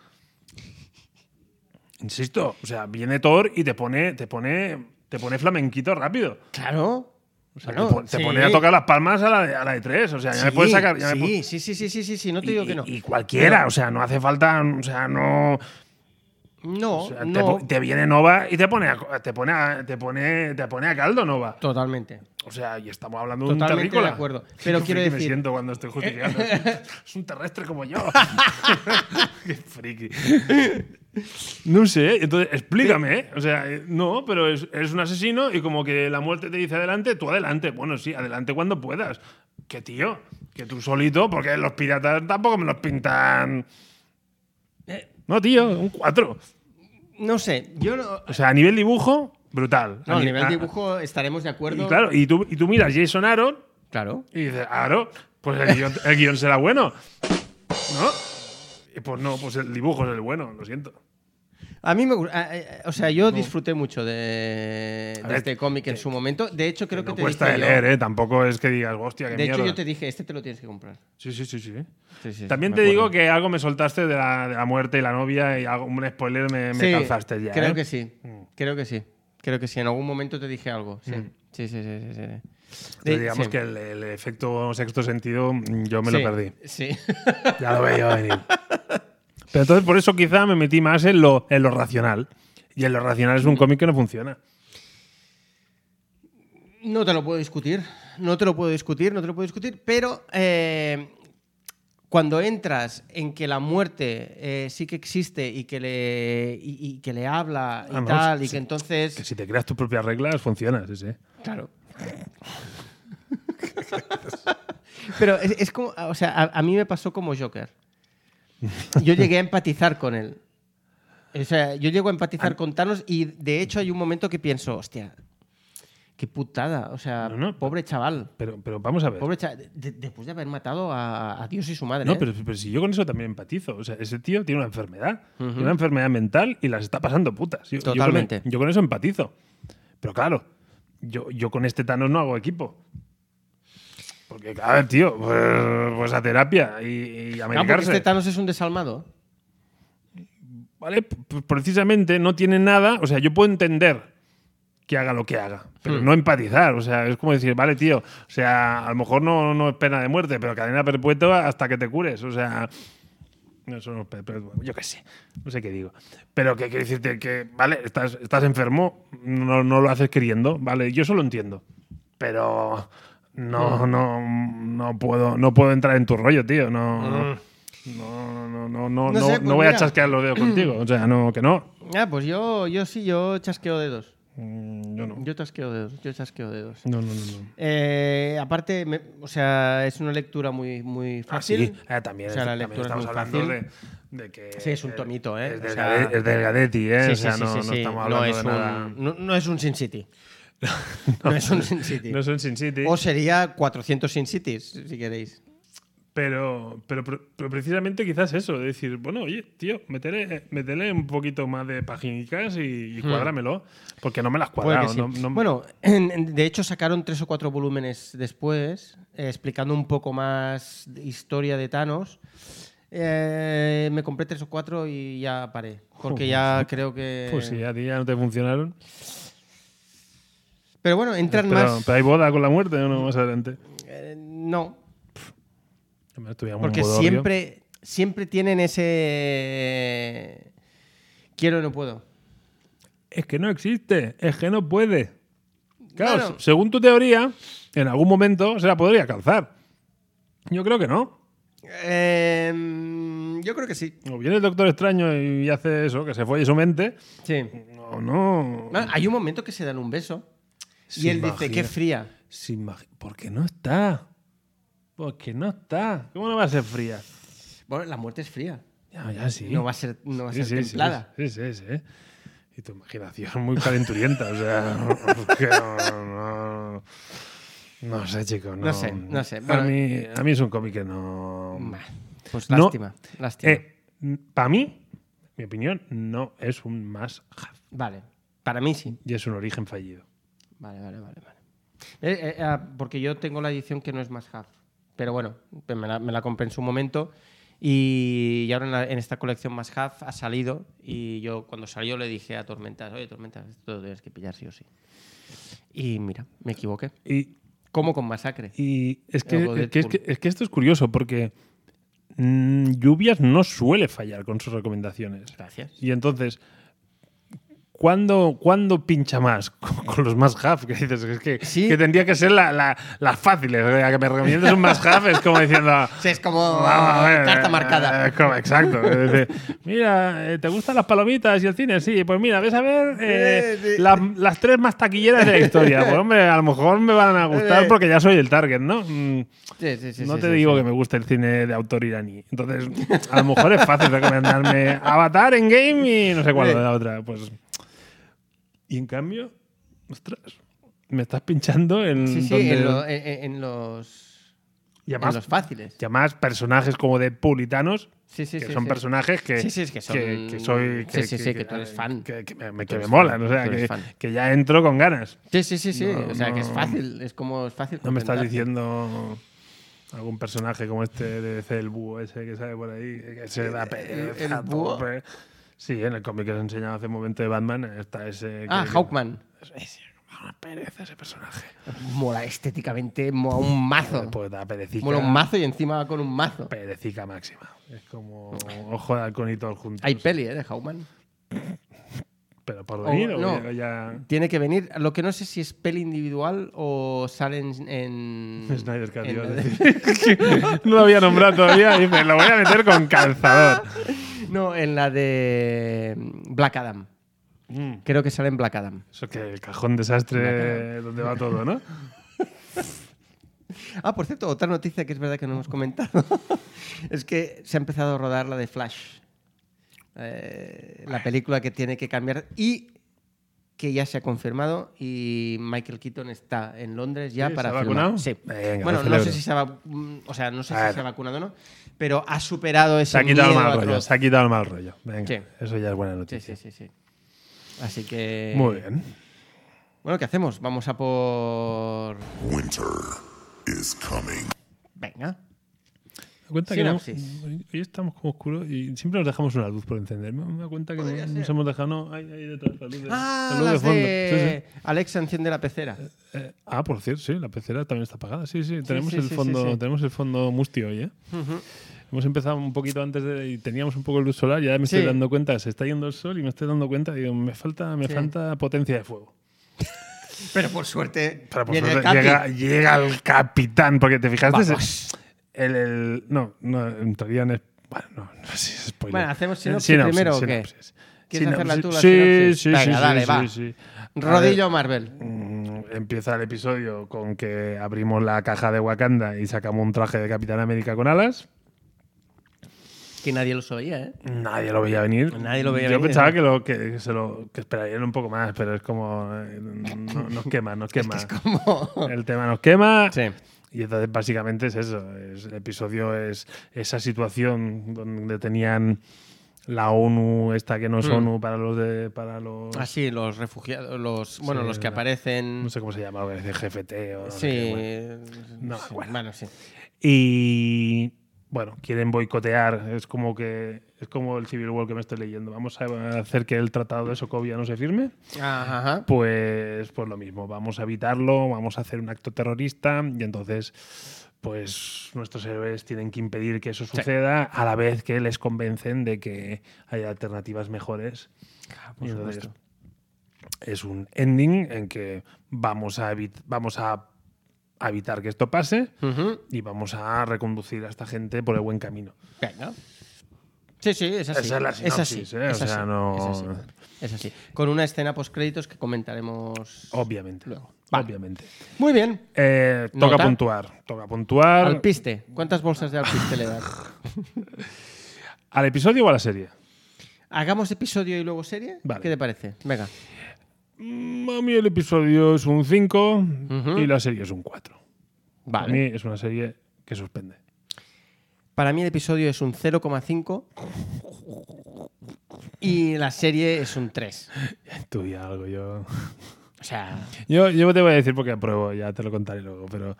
S1: Insisto, o sea, viene Thor y te pone, te pone, te pone flamenquito rápido.
S2: Claro.
S1: O sea,
S2: Bueno,
S1: te, pon- te
S2: sí.
S1: ponía a tocar las palmas a la de, a la de tres. O sea, ya me
S2: Sí,
S1: puedes sacar. ya me pu-
S2: sí, sí, sí, sí, sí, sí, sí, no te
S1: y,
S2: digo que no.
S1: y- y cualquiera, o sea, no hace falta. O sea, no.
S2: no,
S1: o sea, te
S2: no.
S1: po- te, viene Nova y te pone a, co- te pone a- te pone, te pone a caldo Nova.
S2: Totalmente.
S1: O sea, y estamos hablando de un
S2: Totalmente
S1: terrícola.
S2: de acuerdo. Pero
S1: Qué
S2: quiero
S1: friki
S2: decir- Eh,
S1: me siento cuando estoy justificando. es un terrestre como yo. Qué friki. No sé, entonces explícame, ¿eh? O sea, eh, no, pero es, eres un asesino y como que la muerte te dice adelante, tú adelante. Bueno, sí, adelante cuando puedas. Que tío, que que tú solito, porque los piratas tampoco me los pintan.
S2: Eh.
S1: No, tío, un 4.
S2: No sé, yo no-
S1: O sea, a nivel dibujo, brutal.
S2: No, a
S1: ni-
S2: nivel dibujo estaremos de acuerdo.
S1: Y claro, y tú, y tú miras Jason Aaron
S2: Claro.
S1: y dices, Aaron, pues el guión, el guión será bueno. ¿No? Y pues no, pues el dibujo es el bueno, lo siento.
S2: A mí me gusta. O sea, yo disfruté mucho de, de
S1: A ver,
S2: este cómic en su momento. De hecho, creo que
S1: no
S2: te
S1: cuesta
S2: dije
S1: de
S2: yo-
S1: leer, ¿eh? Tampoco es que digas, hostia, qué
S2: De hecho,
S1: mierda".
S2: yo te dije, este te lo tienes que comprar.
S1: Sí, sí, sí, sí.
S2: Sí, sí,
S1: También
S2: me
S1: te
S2: acuerdo.
S1: digo que algo me soltaste de la, de la muerte y la novia y algo, un spoiler me, me
S2: Sí,
S1: calzaste ya.
S2: Creo
S1: ¿eh?
S2: que sí. Creo que sí. Creo que sí. En algún momento te dije algo. Sí, sí, sí, sí, sí, sí.
S1: Pero
S2: De-
S1: Mm. digamos
S2: sí.
S1: que el, el efecto sexto sentido mm, yo me
S2: Sí,
S1: lo perdí.
S2: Sí.
S1: Ya lo veía venir. Pero entonces por eso quizá me metí más en lo, en lo racional. Y en lo racional
S2: Mm.
S1: es un cómic que no funciona.
S2: No te lo puedo discutir, no te lo puedo discutir, no te lo puedo discutir, pero eh, cuando entras en que la muerte eh, sí que existe y que le, y, y que le habla y
S1: Ah, no,
S2: tal, y
S1: sí.
S2: que entonces...
S1: Que si te creas tus propias reglas, funciona, sí, sí.
S2: Claro. Pero es, es como, o sea, a, a mí me pasó como Joker. Yo llegué a empatizar con él. O sea, yo llego a
S1: Ah.
S2: empatizar con Thanos y de hecho hay un momento que pienso, hostia, qué putada. O sea,
S1: No, no.
S2: pobre chaval.
S1: Pero, pero vamos a ver.
S2: Pobre cha- de- después de haber matado a, a Dios y su madre.
S1: No,
S2: ¿eh?
S1: pero, pero si yo con eso también empatizo. O sea, ese tío tiene una enfermedad, tiene una enfermedad mental y las está pasando putas. Yo, yo con- e-
S2: Totalmente.
S1: Yo con, eso empatizo. Pero claro, yo, yo con este Thanos no hago equipo. Porque, a ver, tío, pues, pues a terapia y, y a
S2: Ah, porque
S1: medicarse.
S2: este Thanos es un desalmado.
S1: ¿Vale? Pues precisamente no tiene nada. O sea, yo puedo entender que haga lo que haga,
S2: Hmm.
S1: pero no empatizar. O sea, es como decir, vale, tío, o sea, a lo mejor no, no es pena de muerte, pero cadena perpetua hasta que te cures. O sea, no, eso no es pe- pero bueno, yo qué sé, no sé qué digo. Pero que quiero decirte que, vale, estás, estás enfermo, no, no lo haces queriendo, vale, yo eso lo entiendo, pero no,
S2: Hmm.
S1: no, no, puedo, no puedo entrar en tu rollo, tío, no. No, no, no, no,
S2: Hmm. No
S1: no,
S2: sé,
S1: no
S2: pues
S1: voy a
S2: mira.
S1: chasquear los dedos contigo. O sea, no, que no.
S2: Ah, pues yo, yo sí, yo chasqueo dedos.
S1: Mm, Yo no.
S2: Yo chasqueo dedos, yo chasqueo dedos.
S1: No, no, no. no.
S2: Eh, aparte, me- o sea, es una lectura muy, muy
S1: Ah,
S2: fácil.
S1: sí. Ah, también,
S2: O sea, la
S1: también
S2: lectura
S1: estamos
S2: es muy
S1: hablando
S2: fácil.
S1: de, de que.
S2: Sí, es un tomito, ¿eh?
S1: Es
S2: O
S1: del
S2: sea-
S1: Gade- es del Gadetti, ¿eh?
S2: Sí,
S1: o
S2: sí,
S1: sea,
S2: sí,
S1: no,
S2: sí,
S1: no
S2: sí.
S1: estamos hablando
S2: No es
S1: de
S2: un-
S1: nada.
S2: no- no es un Sin City. no, es un Sin City.
S1: No son Sin City.
S2: O sería 400 Sin Cities, si queréis.
S1: Pero, pero, pero precisamente quizás eso, de decir, bueno, oye, tío, métele, métele un poquito más de paginicas y, y cuádramelo, porque no me las
S2: Hmm. Puede que
S1: cuadrado.
S2: sí.
S1: no- no-
S2: Bueno, en- en- de hecho sacaron tres o cuatro volúmenes después, eh, explicando un poco más de historia de Thanos. Eh, me compré tres o cuatro y ya paré, porque ya creo que...
S1: pues sí, a ti ya no te funcionaron.
S2: Pero bueno, entran
S1: Pero,
S2: más...
S1: pero hay boda con la muerte o no más adelante.
S2: eh, no,
S1: Además, tuviéramos un
S2: Porque
S1: bodorrio.
S2: siempre, siempre tienen ese. Quiero, no puedo.
S1: Es que no existe, es que no puede. Claro,
S2: Claro.
S1: se- según tu teoría, en algún momento se la podría calzar. Yo creo que no.
S2: Em, yo creo que sí.
S1: O viene el Doctor Extraño y hace eso, que se folle su mente.
S2: Sí.
S1: No, no.
S2: Bueno, hay un momento que se dan un beso y
S1: Sin
S2: él dice,
S1: magia.
S2: qué fría.
S1: Sin magi- Porque no está. Porque no está. ¿Cómo no va a ser fría?
S2: Bueno, la muerte es fría.
S1: Ya, ya sí.
S2: No va a ser, no va a
S1: Sí,
S2: ser
S1: sí, sí,
S2: templada.
S1: Sí, sí, sí. Y tu imaginación muy calenturienta. o sea, no, que no, no- no sé, chicos. No,
S2: No sé, no sé.
S1: a,
S2: Bueno.
S1: mí, a mí es un cómic que no.
S2: Bah, Pues
S1: No.
S2: lástima, lástima.
S1: Para mí, mi opinión, no es un más have
S2: Vale, para mí sí.
S1: y es un origen fallido.
S2: Vale, vale, vale. vale. Eh, eh, ah, porque yo tengo la edición que no es más half. Pero bueno, pues me la, me la compré en su momento. Y, y ahora en, la- en esta colección más half ha salido. Y yo cuando salió le dije a Tormentas, oye, Tormentas, esto lo tienes que pillar sí o sí. Y mira, me equivoqué.
S1: Y,
S2: Como con masacre.
S1: y es, que,
S2: Algo de
S1: es que- es
S2: Deadpool.
S1: que- es que esto es curioso porque mm, Lluvias no suele fallar con sus recomendaciones.
S2: Gracias.
S1: Y entonces, ¿Cuándo, cuándo pincha más? Con, con los más half, que dices, es que,
S2: Sí.
S1: que tendría que ser la, la, la fácil. eh, La que me recomiendas un más half es como diciendo.
S2: Sí, es como
S1: "Vamos a ver,
S2: carta
S1: eh,
S2: marcada.
S1: eh, como- exacto. Es decir, mira, eh, ¿te gustan las palomitas y el cine? Sí, pues mira, ves a ver eh,
S2: Eh, sí.
S1: las, las tres más taquilleras de la historia. Pues hombre, a lo mejor me van a gustar
S2: Eh.
S1: porque ya soy el target, ¿no? Mm,
S2: Sí, sí, sí,
S1: no
S2: sí,
S1: te
S2: sí,
S1: digo
S2: sí.
S1: que me gusta el cine de autor iraní. Entonces, a lo mejor es fácil recomendarme Avatar en game y no sé cuál
S2: Sí.
S1: es la otra. Pues. Y en cambio, ostras, me estás pinchando en.
S2: Sí, sí,
S1: donde-
S2: en, lo- en- en- en los,
S1: y
S2: en
S1: además,
S2: los fáciles.
S1: y además personajes como de puritanos.
S2: Sí, sí,
S1: que
S2: sí,
S1: son
S2: sí.
S1: personajes que,
S2: Sí, sí, es que son-
S1: que, que soy
S2: Sí, sí, sí, que tú eres fan.
S1: que, que me, me- que
S2: eres
S1: me
S2: fan,
S1: molan o sea
S2: tú eres
S1: que,
S2: fan.
S1: que ya entro con ganas
S2: Sí, sí, sí, sí.
S1: No,
S2: o sea, que es
S1: no.
S2: fácil. Es como es fácil.
S1: no me estás
S2: contentarte.
S1: diciendo algún personaje como este de DC, el búho ese que sale por ahí que se da pereza
S2: el
S1: a
S2: búho?
S1: tope. sí en el cómic que os he enseñado hace un momento de Batman está ese que-
S2: Ah,
S1: que-
S2: Hawkman.
S1: Ese, una pereza ese personaje
S2: Mola estéticamente, mola un mazo.
S1: pues da perecica
S2: Mola un mazo y encima va con un mazo.
S1: perecica máxima es como ojo de halcón y todo juntos
S2: Hay peli, ¿eh? De Hawkman.
S1: pero por
S2: o-
S1: venir o
S2: Oh, no.
S1: ya- ya
S2: Tiene que venir. Lo que no sé si es peli individual o salen en.
S1: Snyder Cut,
S2: Mm. en-
S1: iba a decir. no lo había nombrado todavía. Dice, lo voy a meter con calzador.
S2: no, en la de Black Adam. Creo que sale en Black Adam.
S1: Mm. Eso es que el cajón desastre donde va todo, ¿no?
S2: Ah, por cierto, otra noticia que es verdad que no hemos comentado es que se ha empezado a rodar la de Flash. Eh, la película que tiene que cambiar y que ya se ha confirmado y Michael Keaton está en Londres ya
S1: Sí,
S2: para
S1: ¿se ha
S2: filmar.
S1: vacunado?
S2: Sí.
S1: Venga,
S2: bueno,
S1: lo
S2: no
S1: celebro.
S2: sé si se ha vac- mm, o sea, no sé
S1: Claro.
S2: si se ha vacunado o no, pero ha superado ese
S1: Se ha quitado el
S2: miedo
S1: mal
S2: atroz.
S1: rollo. Se ha quitado el mal rollo. Venga,
S2: Sí.
S1: eso ya es buena
S2: Sí,
S1: noticia.
S2: sí, sí, sí. Así que
S1: Muy bien.
S2: Bueno, ¿qué hacemos? Vamos a por
S3: Winter is coming.
S2: Venga.
S1: Me cuenta que no-
S2: Sinapsis.
S1: hoy hoy estamos como oscuros y siempre nos dejamos una luz por encender. Me me da cuenta que
S2: Podría
S1: no- nos
S2: ser.
S1: hemos dejado. No, hay, hay detrás la luz de,
S2: Ah,
S1: la luz de
S2: las
S1: fondo.
S2: de
S1: Sí,
S2: Alexa enciende la pecera.
S1: sí. Eh, ah, por cierto, sí, la pecera también está apagada. Sí, sí, tenemos,
S2: sí,
S1: el,
S2: sí, sí,
S1: fondo,
S2: sí.
S1: tenemos el fondo mustio hoy, ¿eh?
S2: Ujú.
S1: Hemos empezado un poquito antes de, y teníamos un poco de luz solar y ahora me estoy
S2: Sí.
S1: dando cuenta, se está yendo el sol y me estoy dando cuenta, digo, me falta, me
S2: Sí.
S1: falta potencia de fuego.
S2: Pero por suerte,
S1: Pero por
S2: viene
S1: suerte
S2: el Capi.
S1: llega, llega el capitán, porque te fijaste,
S2: Vamos.
S1: el, el- no, no, en teoría no es, bueno, no, no sé si es spoiler.
S2: Bueno, ¿hacemos
S1: Eh,
S2: sinopsis primero o qué?
S1: ¿Quieres
S2: ¿Quieres hacerla tú la
S1: sí,
S2: sinopsis?
S1: Sí,
S2: Venga,
S1: sí, sí,
S2: dale,
S1: sí,
S2: va.
S1: sí. A ver,
S2: Rodillo Marvel.
S1: Mm, Empieza el episodio con que abrimos la caja de Wakanda y sacamos un traje de Capitán América con alas.
S2: Que nadie los oía, ¿eh?
S1: Nadie lo veía venir.
S2: Nadie lo veía
S1: Yo
S2: venir,
S1: pensaba
S2: ¿no?
S1: que, lo, que, se lo, que esperarían un poco más, pero es como. eh, no- nos quema, nos quema.
S2: Es como.
S1: El tema nos quema.
S2: Sí.
S1: Y entonces básicamente es eso. es- el episodio es esa situación donde tenían la ONU, esta que no es
S2: Mm. Ah,
S1: ONU para los de. Para los
S2: Así, los refugiados, los. Bueno,
S1: Sí,
S2: los que
S1: la-
S2: aparecen.
S1: no sé cómo se llama, parece GFT o no sé qué,
S2: Sí.
S1: bueno. No,
S2: sí,
S1: bueno.
S2: Bueno, sí.
S1: Y bueno, quieren boicotear. Es como que. Es como el Civil War que me estoy leyendo. Vamos a hacer que el tratado de Sokovia no se firme.
S2: Ajá, ajá.
S1: Pues, pues lo mismo, vamos a evitarlo, vamos a hacer un acto terrorista y entonces pues nuestros héroes tienen que impedir que eso suceda a la vez que les convencen de que hay alternativas mejores. Y entonces, es un ending en que vamos a, evit- vamos a a evitar que esto pase
S2: Ujú.
S1: y vamos a reconducir a esta gente por el buen camino.
S2: Venga. Sí, sí, es así.
S1: Esa es la
S2: así.
S1: sinopsis, ¿eh? O
S2: es
S1: sea,
S2: así,
S1: no-
S2: es así, es así. Con una escena post-créditos que comentaremos.
S1: Obviamente.
S2: Luego. Vale.
S1: Obviamente.
S2: Muy bien.
S1: Eh, toca
S2: Nota.
S1: puntuar. Toca puntuar.
S2: Al piste. ¿Cuántas bolsas de alpiste le das?
S1: ¿Al episodio o a la serie?
S2: ¿Hagamos episodio y luego serie?
S1: Vale.
S2: ¿Qué te parece? Venga.
S1: Mm, A mí el episodio es un 5
S2: Ujú.
S1: y la serie es un 4. A
S2: Vale.
S1: mí es una serie que suspende.
S2: Para mí el episodio es un 0,5 y la serie es un 3.
S1: Tú y algo, yo...
S2: O sea,
S1: yo. yo te voy a decir porque apruebo, ya te lo contaré luego, pero.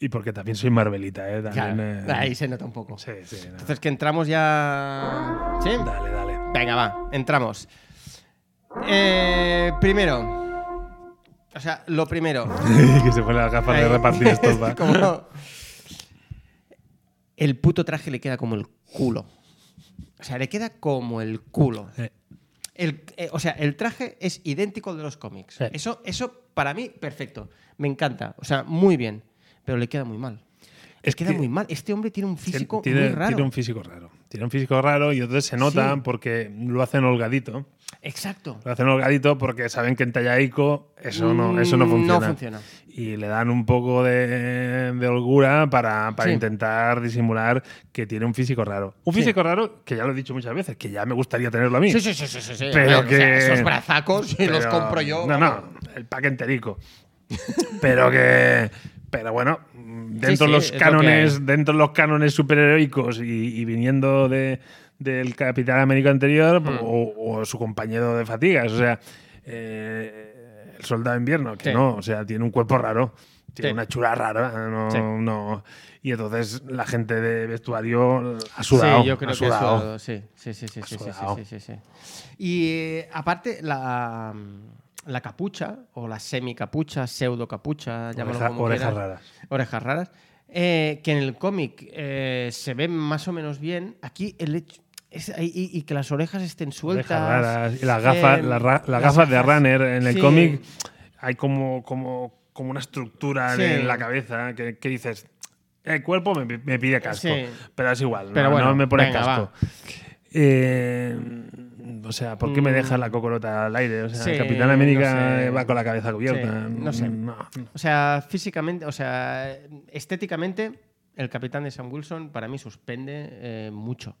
S1: Y porque también soy Marvelita, ¿eh? También,
S2: claro,
S1: eh,
S2: ahí se nota un poco.
S1: Sí, sí. no.
S2: Entonces que entramos ya... ¿Sí?
S1: Dale, dale.
S2: Venga, va, entramos. Eh, primero. O sea, lo primero.
S1: que se pone las gafas de
S2: Ahí.
S1: repartir estos,
S2: Como- El
S1: Eh,
S2: puto traje le queda como el culo. O sea, le queda como el culo. El, eh, o sea, el traje es idéntico al de los cómics.
S1: Sí.
S2: Eso, eso para mí, perfecto. Me encanta. O sea, muy bien. Pero le queda muy mal.
S1: Es
S2: Es queda
S1: que-
S2: muy mal. Este hombre tiene un físico
S1: tiene,
S2: muy
S1: tiene
S2: raro.
S1: un físico raro. Tiene un físico raro y entonces se notan
S2: Sí.
S1: porque lo hacen holgadito.
S2: Exacto.
S1: Lo hacen holgadito porque saben que en Tallaico eso no, eso no
S2: Mm, no
S1: funciona.
S2: funciona.
S1: Y le dan un poco de, de holgura para, para
S2: Sí.
S1: intentar disimular que tiene un físico raro. Un
S2: Sí.
S1: físico raro que ya lo he dicho muchas veces, que ya me gustaría tenerlo a mí.
S2: Sí, sí, sí, sí, sí, sí.
S1: Pero
S2: O sea,
S1: que-
S2: esos brazacos
S1: Pero-
S2: los compro yo.
S1: No, no, el pack enterico. pero que. Pero bueno, dentro
S2: sí,
S1: de los
S2: es lo que
S1: cánones, dentro de los cánones superheroicos y, y viniendo de, del Capitán América anterior
S2: Mm.
S1: o, o su compañero de fatigas, o sea, eh, el soldado de invierno, que
S2: Sí.
S1: no, o sea, tiene un cuerpo raro, tiene
S2: Sí.
S1: una chura rara, no,
S2: Sí.
S1: no. Y entonces la gente de vestuario ha sudado.
S2: Sí, yo creo
S1: ha
S2: que ha
S1: sudado.
S2: sudado, Sí, sí, sí, sí, sí, sí,
S1: sudado.
S2: sí, sí, sí, sí. Y eh, aparte, la, la capucha, o la semi-capucha, pseudo-capucha, llámalo
S1: Oreja-
S2: como
S1: orejas
S2: quieras.
S1: raras.
S2: Orejas raras. eh, que en el cómic eh, se ven más o menos bien. Aquí el hecho... es- y, y- y que las orejas estén
S1: Orejas
S2: sueltas.
S1: raras. Y las gafas,
S2: eh,
S1: las ra- las
S2: las
S1: gafas de
S2: gafas.
S1: runner en el
S2: Sí.
S1: cómic hay como, como, como una estructura
S2: Sí.
S1: en la cabeza que, que dices, el cuerpo me, me pide casco,
S2: Sí.
S1: pero es igual,
S2: Pero
S1: no,
S2: bueno,
S1: no me pone
S2: venga,
S1: casco. Eh, o sea, ¿por qué me dejas la cocorota al aire? O sea,
S2: Mm. Sí,
S1: el Capitán América
S2: no sé.
S1: va con la cabeza cubierta. Mm,
S2: Sí, no sé.
S1: No, no.
S2: O sea, físicamente, o sea, estéticamente, el capitán de Sam Wilson para mí suspende eh, mucho.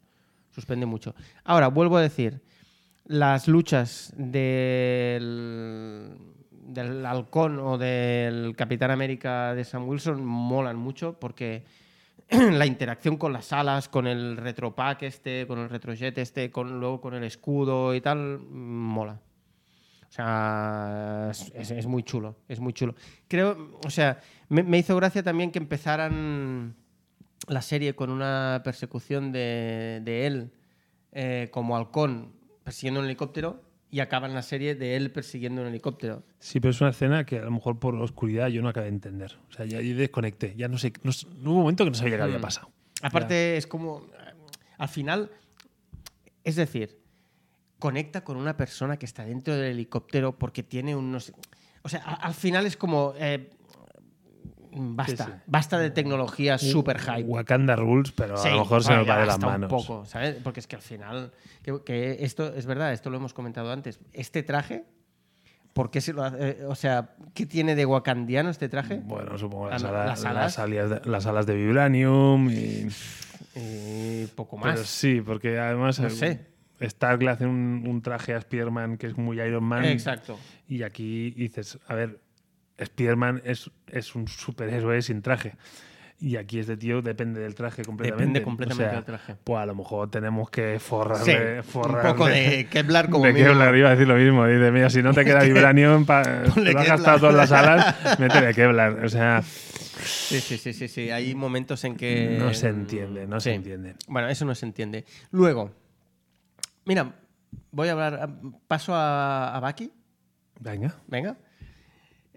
S2: Suspende mucho. Ahora, vuelvo a decir, las luchas del, del halcón o del Capitán América de Sam Wilson molan mucho porque la interacción con las alas, con el retropack este, con el retrojet este, con, luego con el escudo y tal, mola. O sea, es, es- es muy chulo, es muy chulo. Creo, o sea, me, me hizo gracia también que empezaran la serie con una persecución de, de él eh, como halcón persiguiendo un helicóptero y acaban la serie de él persiguiendo un helicóptero.
S1: Sí, pero es una escena que a lo mejor por la oscuridad yo no acabé de entender. O sea, ya yo desconecté. Ya no sé, no sé- hubo un momento que no sabía qué había
S2: Mm.
S1: pasado.
S2: Aparte, es como. eh, Al final. Es decir, conecta con una persona que está dentro del helicóptero porque tiene unos. O sea, a- al final es como. eh, basta.
S1: Sí, sí.
S2: Basta de tecnología super hype.
S1: Wakanda Rules, pero a
S2: Sí,
S1: lo mejor se
S2: bueno,
S1: nos
S2: ya
S1: va de las
S2: hasta
S1: manos.
S2: Un poco, ¿sabes? Porque es que al final. Que, que esto es verdad, esto lo hemos comentado antes. Este traje. ¿Por qué se lo hace? Eh, o sea, ¿qué tiene de wakandiano este traje?
S1: Bueno, supongo
S2: Ah,
S1: las,
S2: no,
S1: alas,
S2: las
S1: las,
S2: alas.
S1: alias de- las alas de Vibranium. y-
S2: Eh, poco más.
S1: pero sí, porque además
S2: No
S1: eh,
S2: sé.
S1: Stark le hace un, un traje a Spearman que es muy Iron Man.
S2: Exacto.
S1: Y aquí dices, a ver, Spearman es, es un superhéroe sin traje. Y aquí este tío depende del traje completamente.
S2: Depende completamente
S1: O sea,
S2: del traje.
S1: Pues a lo mejor tenemos que
S2: Sí,
S1: forrarle.
S2: un
S1: forrarle-
S2: poco de Kevlar como
S1: de
S2: mínimo.
S1: Kevlar iba a decir lo mismo. Dice, mira, si no te queda vibranium, pa-
S2: Ponle
S1: lo has
S2: Kevlar.
S1: gastado todas las alas, métele Kevlar. O sea,
S2: Sí, sí, sí, sí, sí. Hay momentos en que...
S1: no se entiende, no se
S2: Sí.
S1: entiende.
S2: Bueno, eso no se entiende. Luego, mira, voy a hablar... Paso a, a Baki,
S1: Venga.
S2: venga.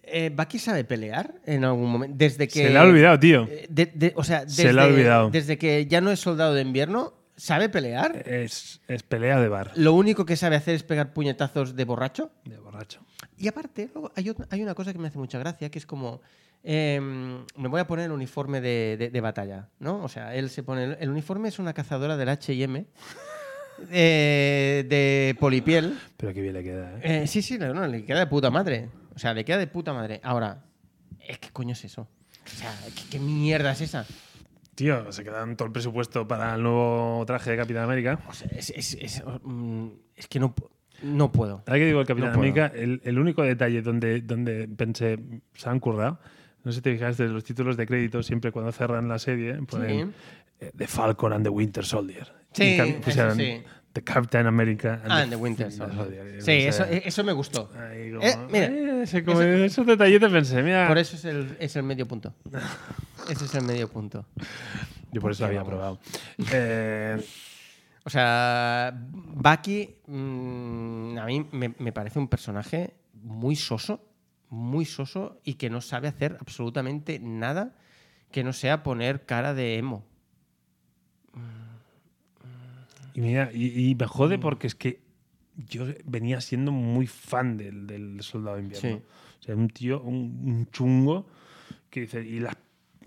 S2: Eh, ¿Baki sabe pelear en algún momento? Desde que...
S1: Se le ha olvidado, tío.
S2: Eh, de- de- o sea, desde,
S1: Se le ha olvidado.
S2: Desde que ya no es soldado de invierno, ¿sabe pelear?
S1: Es, es pelea de bar,
S2: Lo único que sabe hacer es pegar puñetazos de borracho.
S1: de borracho.
S2: Y aparte, luego hay, ot- hay una cosa que me hace mucha gracia, que es como, em, me voy a poner el uniforme de, de- de batalla, ¿no? O sea, él se pone, el, el uniforme es una cazadora del H&M, eh, de polipiel.
S1: Pero qué bien le queda, ¿eh?
S2: Eh, sí, sí, no, no, le queda de puta madre. O sea, le queda de puta madre. Ahora, es que coño es eso? O sea, ¿qué, qué mierda es esa?
S1: Tío, se quedan todo el presupuesto para el nuevo traje de Capitán América.
S2: O sea, es, es- es- mm, es que no, pu- no puedo.
S1: ¿Sabes qué digo el Capitán
S2: No puedo.
S1: América? El, el único detalle donde, donde pensé, se han currado. No sé si te fijaste, los títulos de crédito siempre cuando cerran la serie ponen eh, The Falcon and the Winter Soldier.
S2: Sí,
S1: Y cam-
S2: eso
S1: pusieron
S2: sí.
S1: The Captain America and,
S2: Ah, en The Winter Soldier. Sí, eso, eso me gustó. Eh, mira,
S1: como, esos detallitos pensé, mira.
S2: Por eso es el, es el medio punto. Ese es el medio punto.
S1: yo por eso lo
S2: qué
S1: había probado.
S2: vamos?
S1: Eh,
S2: O sea, Bucky mm, a mí me, me parece un personaje muy soso, muy soso y que no sabe hacer absolutamente nada que no sea poner cara de emo. Mm.
S1: Y mira, y, y me jode porque es que yo venía siendo muy fan del, del Soldado de Invierno.
S2: Sí.
S1: O sea, un tío, un, un chungo, que dice, y las,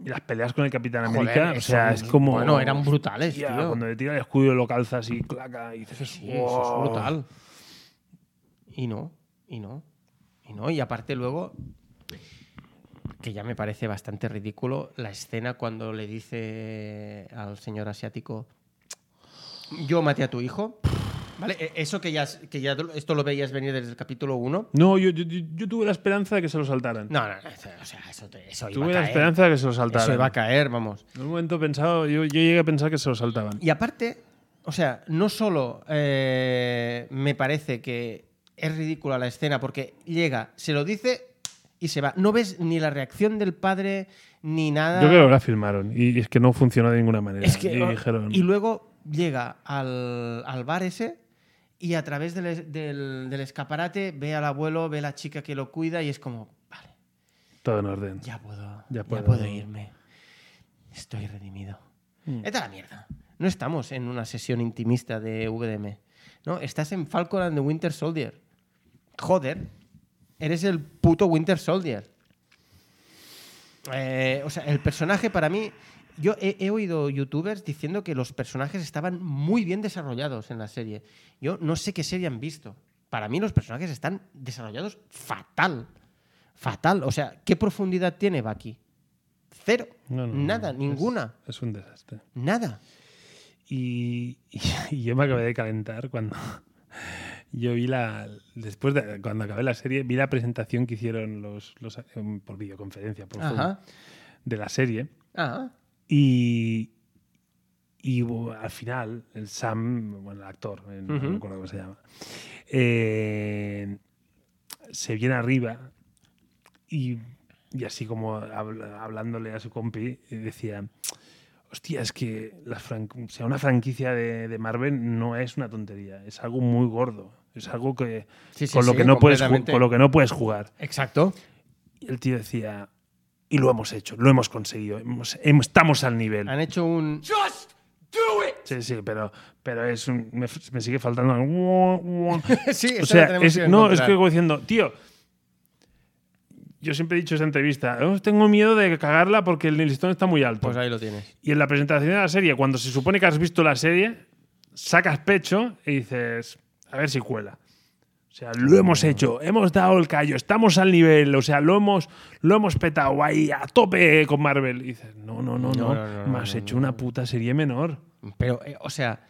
S1: y las peleas con el Capitán
S4: Joder,
S1: América, o
S4: eso-
S1: sea, es como...
S4: bueno, eran brutales,
S1: Hostia,
S4: tío.
S1: Cuando le tira el escudo, lo calzas y claca, y dices,
S4: Sí, Eso
S1: "Wow".
S4: es brutal.
S2: Y no, y no, y no. Y aparte luego, que ya me parece bastante ridículo, la escena cuando le dice al señor asiático, yo maté a tu hijo. ¿Vale? E- Eso que ya, que ya esto lo veías venir desde el capítulo 1.
S1: No, yo, yo- yo- yo tuve la esperanza de que se lo saltaran.
S2: No, no, no, eso- o sea, eso, te- eso iba
S1: tuve
S2: a
S1: la
S2: caer.
S1: esperanza de ¿eh? que se lo
S2: Eso
S1: saltaran.
S2: iba a caer, vamos.
S1: En un momento pensado, yo, yo llegué a pensar que se lo saltaban.
S2: Y aparte, o sea, no solo eh, me parece que es ridícula la escena porque llega, se lo dice y se va. No ves ni la reacción del padre ni nada.
S1: Yo creo que la firmaron y es que no funcionó de ninguna manera.
S2: Es que- oh,
S1: y dijeron,
S2: y luego llega al, al bar ese y a través del, es- del- del escaparate ve al abuelo, ve a la chica que lo cuida y es como, vale,
S1: todo en orden.
S2: ya puedo,
S1: Ya
S2: ya
S1: puedo.
S2: puedo, irme. Estoy redimido.
S1: Mm.
S2: Vete a la mierda. No estamos en una sesión intimista de VDM. No, estás en Falcon and the Winter Soldier. Joder, eres el puto Winter Soldier. Eh, o sea, el personaje para mí. Yo he, he oído youtubers diciendo que los personajes estaban muy bien desarrollados en la serie. Yo no sé qué serie han visto. Para mí los personajes están desarrollados fatal. Fatal. O sea, ¿qué profundidad tiene Bucky? Cero.
S1: No, no, no,
S2: nada,
S1: es-
S2: ninguna.
S1: Es un desastre.
S2: Nada.
S1: Y, y- y yo me acabé de calentar cuando yo vi la. Después de cuando acabé la serie, vi la presentación que hicieron los, los em, por videoconferencia, por Zoom,
S2: Ajá.
S1: de la serie.
S2: Ah,
S1: Y, y bu- al final, el Sam, bueno, el actor, eh, no
S2: Ujú.
S1: me acuerdo cómo se llama, eh, se viene arriba y, y así como habla- hablándole a su compi, eh, decía, hostia, es que la fran- o sea, una franquicia de, de Marvel no es una tontería, es algo muy gordo, es algo que,
S2: Sí, sí,
S1: con, lo
S2: sí,
S1: que no puedes, ju-
S2: completamente.
S1: con lo que no puedes jugar.
S2: exacto.
S1: Y el tío decía... Y lo hemos hecho, lo hemos conseguido, hemos- hemos- estamos al nivel.
S2: Han hecho un.
S1: Sí, sí, pero, pero es un- me, me sigue faltando. el guau, guau.
S2: sí,
S1: o
S2: esa la
S1: sea,
S2: tenemos
S1: es-
S2: que
S1: no, es
S2: encontrar.
S1: que como diciendo, tío, yo siempre he dicho en esa entrevista, "Oh, tengo miedo de cagarla porque el listón está muy alto.
S2: Pues ahí lo tienes.
S1: y en la presentación de la serie, cuando se supone que has visto la serie, sacas pecho y dices, a ver si cuela. O sea, lo hemos hecho, hemos dado el callo, estamos al nivel, o sea, lo hemos, lo hemos petado ahí a tope con Marvel. Y dices, no, no, no, no,
S2: No, no, no,
S1: me
S2: no,
S1: has
S2: no,
S1: hecho una puta serie menor.
S2: Pero, eh, o sea,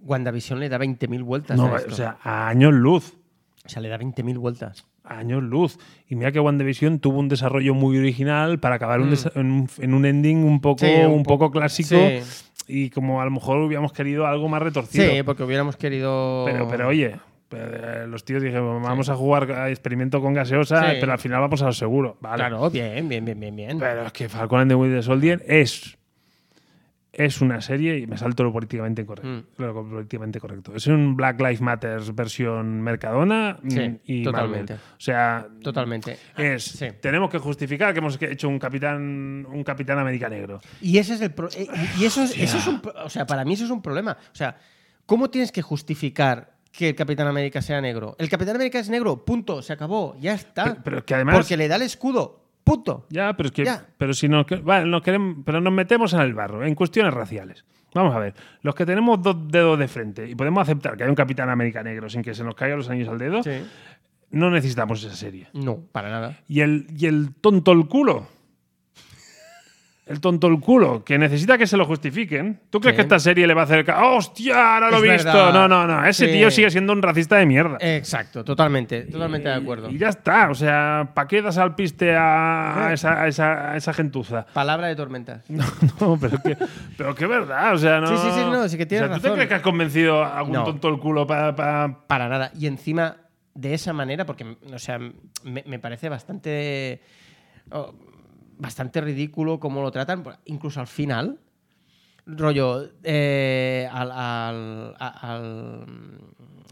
S2: WandaVision le da 20.000 vueltas.
S1: No,
S2: a
S1: o
S2: esto.
S1: sea, a años luz.
S2: O sea, le da 20.000 vueltas.
S1: A años luz. Y mira que WandaVision tuvo un desarrollo muy original para acabar un desa- en, un, en un ending un poco,
S2: Mm. Sí, un
S1: un poco
S2: po-
S1: clásico.
S2: sí.
S1: Y como a lo mejor hubiéramos querido algo más retorcido.
S2: Sí, porque hubiéramos querido.
S1: pero, pero oye, eh, los tíos dijeron, vamos a jugar a experimento con gaseosa,
S2: Sí.
S1: pero al final vamos a lo seguro. Vale.
S2: Claro, bien, bien, bien, bien, bien.
S1: Pero es que Falcon and the Winter Soldier es, es una serie, y me salto lo políticamente incorrecto.
S2: Mm.
S1: Lo políticamente correcto. Es un Black Lives Matter versión Mercadona mm,
S2: Sí,
S1: y
S2: totalmente.
S1: Marvel. O sea,
S2: Totalmente.
S1: es,
S2: Sí.
S1: tenemos que justificar que hemos hecho un capitán, un capitán américa negro.
S2: Y ese es el pro- eh, y eso es, eso es un pro- o sea, para mí eso es un problema. O sea, ¿cómo tienes que justificar que el Capitán América sea negro? El Capitán América es negro, punto, se acabó, ya está.
S1: Pero- pero es que además-
S2: Ah, porque le da el escudo, punto.
S1: Ya, pero es que.
S2: Ya.
S1: Pero si nos, que- vale, nos queremos, pero nos metemos en el barro, en cuestiones raciales. Vamos a ver, los que tenemos dos dedos de frente y podemos aceptar que hay un capitán américa negro sin que se nos caigan los anillos al dedo,
S2: Sí.
S1: no necesitamos esa serie.
S2: No, para nada.
S1: Y el, y el tonto el culo. El tonto el culo, que necesita que se lo justifiquen. ¿Tú crees
S2: Sí.
S1: que esta serie le va a hacer... ca- ¡Oh, ¡Hostia! Ahora lo
S2: Es
S1: he visto.
S2: verdad.
S1: No, no, no. Ese
S2: Sí.
S1: tío sigue siendo un racista de mierda.
S2: Exacto, totalmente, totalmente de acuerdo.
S1: Y ya está. O sea, ¿para qué das al piste a, a
S2: Eh.
S1: esa, a esa- a esa gentuza?
S2: Palabra de tormentas.
S1: No, no, pero que, pero que verdad. O sea, no...
S2: Sí, sí, sí, no, sí que tienes
S1: o sea, ¿Tú te
S2: razón.
S1: crees que has convencido a algún
S2: No.
S1: tonto el culo para...
S2: Para nada. Y encima, de esa manera, porque, o sea, me, me parece bastante. oh, bastante ridículo cómo lo tratan, pues, incluso al final. Rollo, eh, al, al, a- al,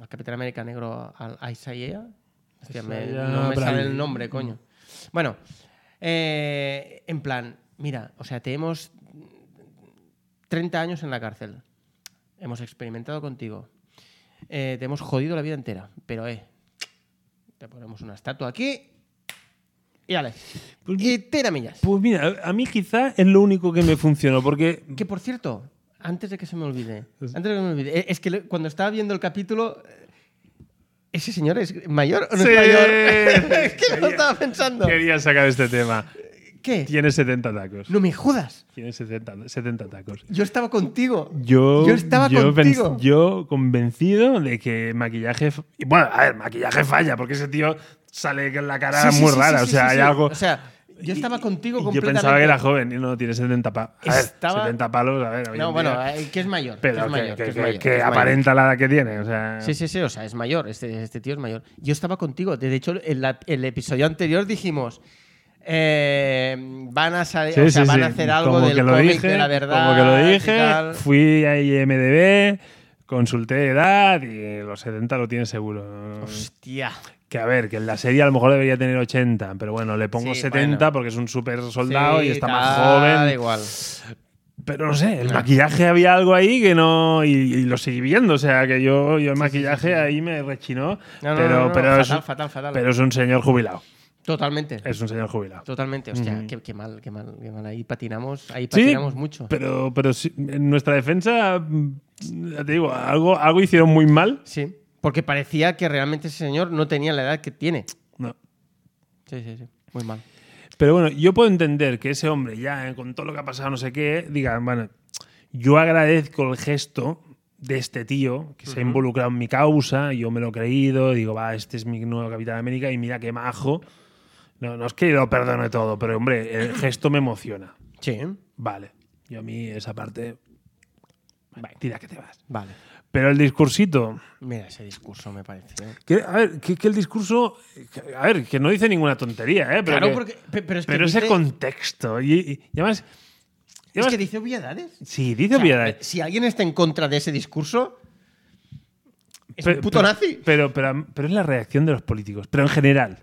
S2: al Capitán América Negro, al a Isaiah. Hostia, me-
S1: Isaiah
S2: no me sale
S1: Bradley.
S2: el nombre, coño. Bueno, eh, en plan, mira, o sea, tenemos 30 años en la cárcel. Hemos experimentado contigo. eh, te hemos jodido la vida entera. Pero, eh, te ponemos una estatua aquí y dale. y tiramillas.
S1: Pues mira, a mí quizá es lo único que me funcionó, porque
S2: Que por cierto, antes de que se me olvide, antes de que me olvide, eh, es que le- cuando estaba viendo el capítulo, eh, ese señor es mayor o no
S5: Sí.
S2: es mayor. es que lo
S5: Quería-
S2: estaba pensando.
S5: Quería sacar este tema.
S2: ¿Qué?
S5: Tiene 70 tacos.
S2: No me jodas.
S5: Tiene 70, 70 tacos.
S2: Yo estaba contigo.
S1: yo,
S2: Yo estaba
S1: pen-
S2: contigo.
S1: yo convencido de
S5: De que maquillaje. f- y Bueno, a ver, maquillaje falla, porque ese tío sale con la cara
S2: Sí, sí,
S5: muy
S2: sí,
S5: rara.
S2: sí,
S5: o
S2: sí,
S5: sea,
S2: sí,
S5: hay
S2: sí.
S5: algo.
S2: O sea, yo estaba
S5: Y-
S2: contigo
S5: y
S2: completamente.
S5: Yo pensaba que era joven y no, tiene 70 palos.
S2: Estaba-
S5: 70 palos, a ver. hoy
S2: No,
S5: en
S2: bueno,
S5: día-
S2: eh, que es mayor. que
S5: pero
S2: es
S5: que,
S2: mayor,
S5: que-
S2: que es
S5: que-
S2: mayor,
S5: que
S2: que es mayor.
S5: aparenta la edad que tiene. O sea,
S2: Sí, sí, sí, o sea, es mayor, este, este tío es mayor. Yo estaba contigo, de hecho, en la- el episodio anterior dijimos, eh, van, a, sal-
S1: Sí,
S2: o sea,
S1: sí,
S2: van a
S1: sí.
S2: hacer algo
S1: Como
S2: del
S1: que lo
S2: cómic
S1: dije,
S2: de la verdad.
S1: Como que lo
S2: y
S1: dije,
S2: tal.
S1: fui a IMDB, consulté edad y eh, los 70 lo tiene seguro.
S2: Hostia.
S1: Que a ver, que en la serie a lo mejor debería tener 80, pero bueno, le pongo
S2: Sí,
S1: 70
S2: bueno.
S1: porque es un super soldado
S2: Sí,
S1: y está más
S2: tal,
S1: joven.
S2: igual.
S1: Pero no sé, el maquillaje había algo ahí que no. Y, y lo seguí viendo, o sea, que yo, yo el maquillaje ahí me rechinó.
S2: No, no,
S1: pero,
S2: no, no,
S1: pero,
S2: fatal,
S1: es,
S2: fatal, fatal.
S1: pero es un señor jubilado.
S2: Totalmente.
S1: Es un señor jubilado.
S2: Totalmente, hostia,
S1: Ujú.
S2: qué, qué mal, qué mal, qué mal. Ahí patinamos, ahí
S1: Sí,
S2: patinamos mucho.
S1: Pero, pero sí, en nuestra defensa, mm, ya te digo, algo, algo hicieron muy mal.
S2: Sí, porque parecía que realmente ese señor no tenía la edad que tiene.
S1: No.
S2: Sí, sí, sí, muy mal.
S1: Pero bueno, yo puedo entender que ese hombre ya, eh, con todo lo que ha pasado, no sé qué, diga, bueno, yo agradezco el gesto de este tío que se ha involucrado en mi causa, yo me lo he creído, digo, va, este es mi nuevo Capitán América y mira qué majo. No, no es que lo perdone todo, pero hombre, el gesto me emociona.
S2: Sí,
S1: Vale, yo a mí esa parte... Tira que te vas.
S2: vale.
S1: Pero el discursito...
S2: Mira ese discurso, me parece. ¿eh?
S1: Que, a ver, que, que el discurso. que- a ver, que no dice ninguna tontería, ¿eh? Pero,
S2: Claro,
S1: que-
S2: porque- pe- pero es que
S1: pero ese
S2: dice-
S1: contexto. Y, y- y además. y
S2: Es
S1: además-
S2: que dice obviedades.
S1: sí, dice
S2: O sea,
S1: obviedades.
S2: Si alguien está en contra de ese discurso, es
S1: Pero-
S2: un puto
S1: pero-
S2: nazi.
S1: Pero, pero, pero es la reacción de los políticos. Pero en general.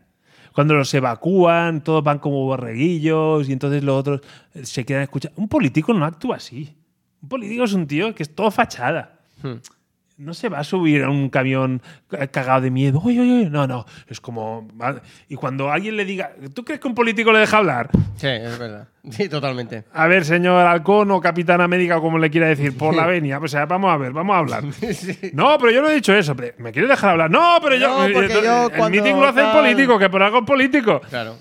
S1: Cuando los evacúan, todos van como borreguillos y entonces los otros eh, se quedan escuchando. Un político no actúa así. Un político es un tío que es todo fachada.
S2: Hmm.
S1: No se va a subir a un camión ca- cagado de miedo. Oye, oye, oye. No, no. Es como. va- Y cuando alguien le diga. ¿Tú crees que un político le deja hablar?
S2: Sí, es verdad. Sí, totalmente.
S1: A ver, señor Halcón o Capitán América, o como le quiera decir, por la venia. O sea, vamos a ver, vamos a hablar. No, pero yo no he dicho eso. pero ¿Me quieres dejar hablar? No, pero yo.
S2: No, porque
S1: entonces,
S2: yo
S1: el
S2: cuando
S1: meeting lo hace el
S2: tal-
S1: político, que por algo es político.
S2: Claro.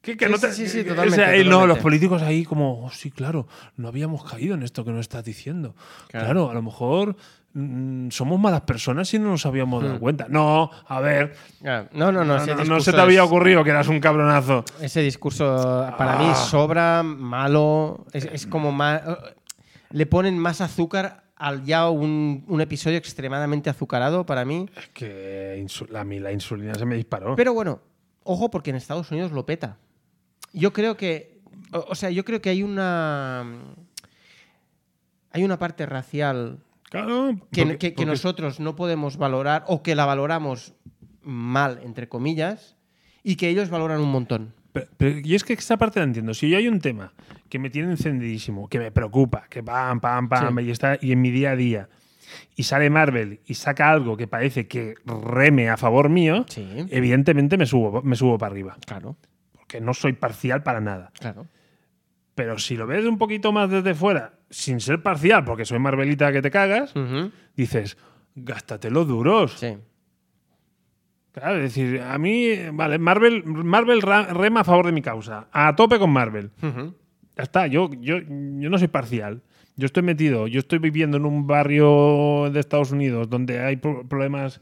S1: Que, que
S2: Sí,
S1: no te-
S2: sí, sí, sí,
S1: que- que-
S2: totalmente,
S1: o sea, y no,
S2: totalmente.
S1: los políticos ahí como, oh, sí, claro, no habíamos caído en esto que nos estás diciendo. Claro,
S2: Claro.
S1: a lo mejor mm, somos malas personas si no nos habíamos dado cuenta. No, a ver,
S2: Claro. No, no, Hmm. no.
S1: no,
S2: ese
S1: no- no
S2: discurso
S1: se te había
S2: es-
S1: ocurrido Ah. que eras un cabronazo.
S2: Ese discurso eh, para mí sobra, malo. Es, es como más. eh, Le ponen más azúcar al ya un, un episodio extremadamente azucarado para mí.
S1: Que insu- a mí la insulina se me disparó.
S2: Pero bueno, ojo porque en Estados Unidos lo peta. Yo creo que, o o sea, yo creo que hay una hay una parte racial
S1: claro,
S2: que,
S1: porque-
S2: que- que
S1: porque-
S2: nosotros no podemos valorar o que la valoramos mal, entre comillas, y que ellos valoran un montón.
S1: Pero, pero yo es que esta parte la entiendo. Si yo hay un tema que me tiene encendidísimo, que me preocupa, que pam, pam, pam,
S2: Sí.
S1: y está y en mi día a día, y sale Marvel y saca algo que parece que reme a favor mío,
S2: Sí.
S1: evidentemente me subo, me subo para arriba.
S2: Eh, Claro,
S1: Porque no soy parcial para nada.
S2: claro.
S1: Pero si lo ves un poquito más desde fuera, sin ser parcial, porque soy Marvelita que te cagas, dices, gástatelo duros.
S2: Sí.
S1: Claro, es decir, a mí, vale, Marvel, Marvel ra- rema a favor de mi causa. A tope con Marvel.
S2: Ujú.
S1: Ya está, yo, yo, yo no soy parcial. Yo estoy metido, yo estoy viviendo en un barrio de Estados Unidos donde hay pro- problemas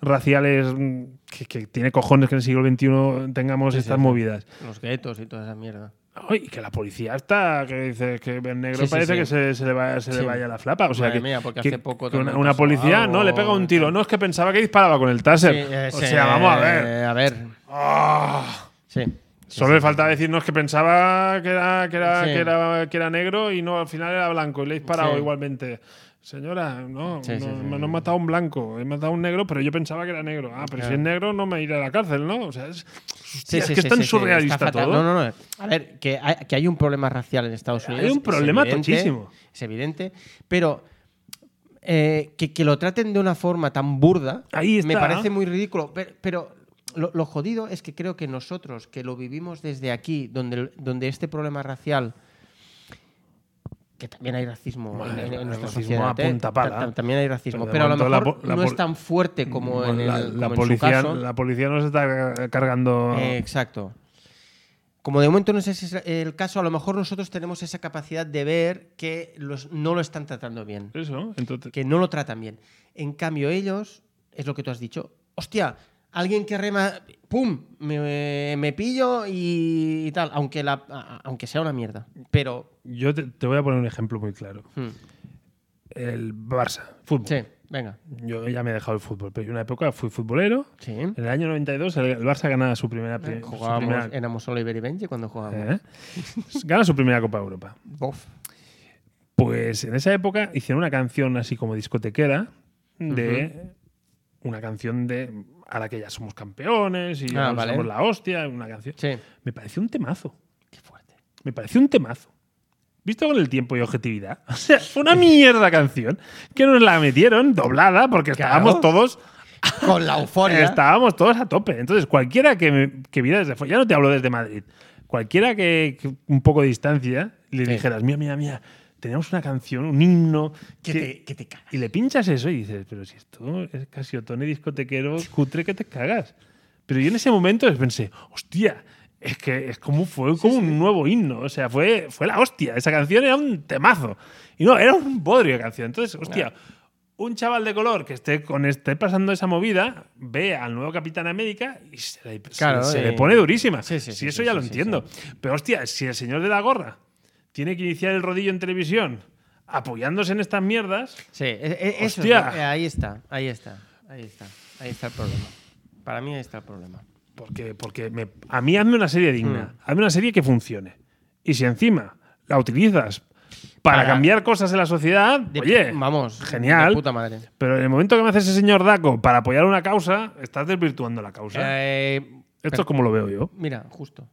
S1: raciales mm, que, que tiene cojones que en el siglo XXI tengamos estas movidas.
S2: Los guetos y toda esa mierda.
S1: Ay, que la policía está, que dice que el negro
S2: Sí, sí,
S1: parece
S2: sí.
S1: que se, se le vaya, se le
S2: Sí.
S1: vaya la flapa. O sea,
S2: Madre
S1: que,
S2: mía, porque
S1: que-
S2: hace poco
S1: que una,
S2: también
S1: una
S2: pasó
S1: policía no le
S2: algo
S1: pega un
S2: y
S1: tiro.
S2: tal.
S1: No, es que pensaba que disparaba con el táser.
S2: Sí, eh,
S1: o
S2: sí,
S1: sea, vamos a ver.
S2: eh, A ver.
S1: Ah.
S2: Sí.
S1: Solo le faltaba decirnos que pensaba que era, que, era,
S2: Sí.
S1: que, era, que era negro y no, al final era blanco y le he disparado
S2: Sí.
S1: igualmente. Señora, no,
S2: Sí,
S1: no,
S2: sí, sí,
S1: no
S2: sí.
S1: he matado a un blanco, he matado a un negro, pero yo pensaba que era negro. Ah, pero si
S2: Claro.
S1: es negro no me iré a la cárcel, ¿no? O sea, es,
S2: Sí,
S1: hostia, es
S2: sí,
S1: que
S2: sí,
S1: es tan
S2: sí, sí,
S1: surrealista
S2: está fatal.
S1: todo.
S2: No, no, no. A ver, que hay, que hay un problema racial en Estados
S1: Hay
S2: Unidos.
S1: un
S2: es
S1: problema tochísimo.
S2: Es evidente, pero eh, que, que lo traten de una forma tan burda
S1: Ahí
S2: me
S1: está.
S2: parece muy ridículo. Pero, pero lo, lo jodido es que creo que nosotros, que lo vivimos desde aquí, donde, el- donde este problema racial que también hay racismo
S1: Bueno,
S2: en- en, en
S1: el
S2: nuestra
S1: racismo
S2: sociedad.
S1: a
S2: ¿eh?
S1: punta pala.
S2: Ta- ta- También hay racismo,
S1: Pero de
S2: pero, a lo mejor
S1: momento la po- la
S2: no
S1: pol-
S2: es tan fuerte como en el
S1: la,
S2: como
S1: la
S2: en su
S1: policía,
S2: caso.
S1: la policía nos está cargando.
S2: Eh, exacto. Como de momento no sé si es el caso, a lo mejor nosotros tenemos esa capacidad de ver que los, no lo están tratando bien
S1: eso, entonces.
S2: que no lo tratan bien. En cambio, ellos, es lo que tú has dicho, hostia, alguien que rema, ¡pum! Me, me pillo y, tal, aunque, la, a- aunque sea una mierda. Pero,
S1: Yo te, te voy a poner un ejemplo muy claro.
S2: hmm,
S1: El Barça, fútbol.
S2: sí, venga.
S1: Yo ya me he dejado el fútbol, pero yo en una época fui futbolero.
S2: Sí.
S1: En el año 92 el el Barça gana su primera, pri- su
S2: Eh, Jugábamos,
S1: primera-
S2: éramos solo Iber y Benji cuando jugábamos.
S1: ¿eh? gana su primera Copa Europa.
S2: Bof.
S1: Pues en esa época hicieron una canción así como discotequera de una canción de a la que ya somos campeones y ya
S2: Ah,
S1: nos
S2: vale.
S1: damos la hostia, una canción.
S2: Sí.
S1: Me pareció un temazo.
S2: Qué fuerte.
S1: Me pareció un temazo. Visto con el tiempo y objetividad. O sea, fue una mierda canción que nos la metieron doblada porque
S2: Claro.
S1: estábamos todos
S2: Con la euforia.
S1: Estábamos todos a tope. Entonces, cualquiera que, me- que viera desde fuera, ya no te hablo desde Madrid, cualquiera que, que un poco de distancia le
S2: Sí.
S1: dijeras, mira, mira, mira, tenemos una canción, un himno.
S2: Que
S1: que-
S2: te, que te cagas.
S1: Y le pinchas eso y dices, pero si esto es casi otone discotequero, cutre que te cagas. Pero yo en ese momento pensé, hostia, es que es como fue como un nuevo himno. O sea, fue, fue la hostia. Esa canción era un temazo. Y no, era un bodrio de canción. Entonces, hostia, un chaval de color que esté, con, esté pasando esa movida ve al nuevo Capitán América y se le, se-
S2: Claro,
S1: se
S2: eh.
S1: le pone durísima.
S2: Sí, sí,
S1: si
S2: sí,
S1: eso
S2: sí,
S1: ya
S2: sí,
S1: lo
S2: sí,
S1: entiendo. Pero hostia, si el señor de la gorra tiene que iniciar el rodillo en televisión apoyándose en estas mierdas,
S2: Sí, e- e- eso es
S1: Hostia.
S2: lo- eh, ahí está, ahí está, ahí está. Ahí está el problema. Para mí ahí está el problema.
S1: Porque, porque me- a mí hazme una serie
S2: Mm.
S1: digna, hazme una serie que funcione. Y si encima la utilizas para,
S2: Para-
S1: cambiar cosas en la sociedad,
S2: De-
S1: oye,
S2: vamos,
S1: genial.
S2: de puta madre.
S1: Pero en el momento que me haces ese señor Daco para apoyar una causa, estás desvirtuando la causa.
S2: Eh,
S1: Esto es como lo veo yo.
S2: Mira, justo.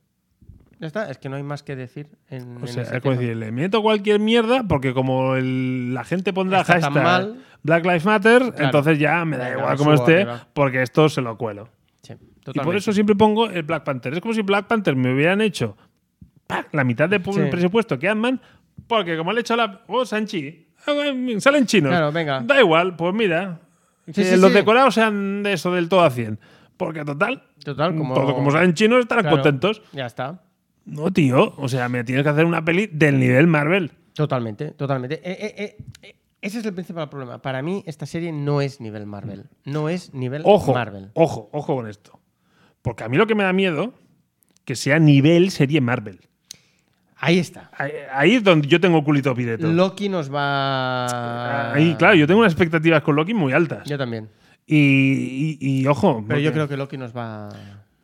S2: Ya está, es que no hay más que decir en,
S1: O
S2: en
S1: sea,
S2: ese
S1: es como
S2: tema.
S1: decir, le meto cualquier mierda porque como el- la gente pondrá
S2: Está tan
S1: hashtag
S2: mal.
S1: Black Lives Matter, entonces ya me da
S2: Venga,
S1: igual
S2: me
S1: como
S2: subo
S1: esté,
S2: arriba.
S1: porque esto se lo cuelo.
S2: Sí,
S1: Y por
S2: totalmente.
S1: eso siempre pongo el Black Panther. Es como si Black Panther me hubieran hecho ¡pac! la mitad del pu-
S2: Sí.
S1: presupuesto que Ant-Man, porque como le he hecho la. Oh, Sanchi. ah, eh, Salen chinos.
S2: Claro, venga.
S1: Da igual, pues mira. que
S2: sí,
S1: los
S2: sí.
S1: decorados sean de eso del todo a 100. Porque total.
S2: Total, como-
S1: todo como salen chinos estarán
S2: Claro,
S1: contentos.
S2: Ya está.
S1: No, tío. O sea, me tienes que hacer una peli del nivel Marvel.
S2: Totalmente, totalmente. Eh, eh, eh, eh, ese es el principal problema. Para mí, esta serie no es nivel Marvel. No es nivel
S1: Ojo,
S2: Marvel.
S1: ojo, ojo con esto. Porque a mí lo que me da miedo que sea nivel serie Marvel.
S2: Ahí está.
S1: Ahí- Ahí es donde yo tengo culito pireto.
S2: Loki nos va.
S1: Ahí, claro, yo tengo unas expectativas con Loki muy altas.
S2: Ah. Yo también.
S1: Y, y- y, ojo,
S2: Pero yo
S1: porque-
S2: creo que Loki nos va.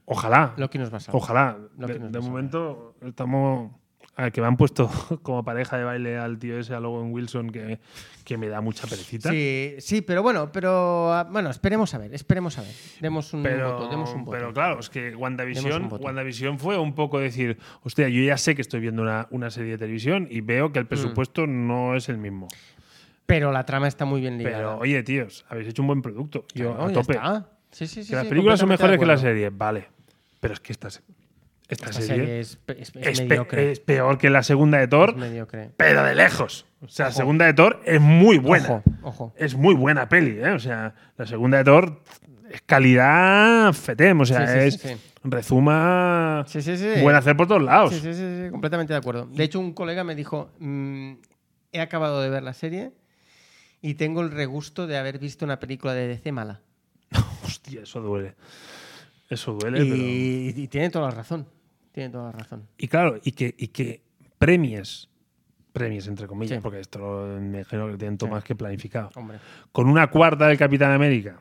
S1: ojalá,
S2: Loki nos va a salvar.
S1: ojalá.
S2: Loki
S1: De,
S2: nos
S1: de
S2: va a
S1: momento estamos al que me han puesto como pareja de baile al tío ese, a Logan Wilson, que, que me da mucha perecita.
S2: Sí, sí, pero bueno, pero ah, bueno, esperemos a ver, esperemos a ver. Demos un
S1: Pero,
S2: voto, demos un voto.
S1: pero claro, es que
S2: Demos un
S1: WandaVision,
S2: voto.
S1: WandaVision fue un poco decir, hostia, yo ya sé que estoy viendo una, una serie de televisión y veo
S2: Mm.
S1: que el presupuesto no es el mismo.
S2: Pero la trama está muy bien ligada.
S1: Pero, oye, tíos, habéis hecho un buen producto. Yo
S2: Claro,
S1: a
S2: ya
S1: tope.
S2: está. Sí, sí, sí,
S1: que las
S2: sí,
S1: películas son mejores
S2: completamente
S1: que las
S2: de acuerdo.
S1: series, vale. Pero es que esta, se- esta,
S2: Esta
S1: serie, eh,
S2: serie es, pe- es- es
S1: es, pe-
S2: mediocre.
S1: es peor que la segunda de Thor,
S2: es mediocre.
S1: pero de lejos. O sea, la segunda de Thor es muy buena.
S2: Ojo, ojo.
S1: Es muy buena peli, ¿eh? O sea, la segunda de Thor es calidad fetem. O sea,
S2: Sí, sí, sí,
S1: es
S2: sí.
S1: rezuma
S2: Sí, sí, sí.
S1: buen hacer por todos lados.
S2: Sí, sí, sí, sí, completamente de acuerdo. De hecho, un colega me dijo, mm, he acabado de ver la serie y tengo el regusto de haber visto una película de DC mala.
S1: Hostia, eso duele. Eso duele, pero…
S2: Y, y tiene toda la razón. Tiene toda la razón.
S1: Y claro, y que, y que premies, premies entre comillas,
S2: Sí.
S1: porque esto lo- me imagino que lo tienen todo
S2: Sí.
S1: más que planificado,
S2: Hombre.
S1: con una cuarta del Capitán América,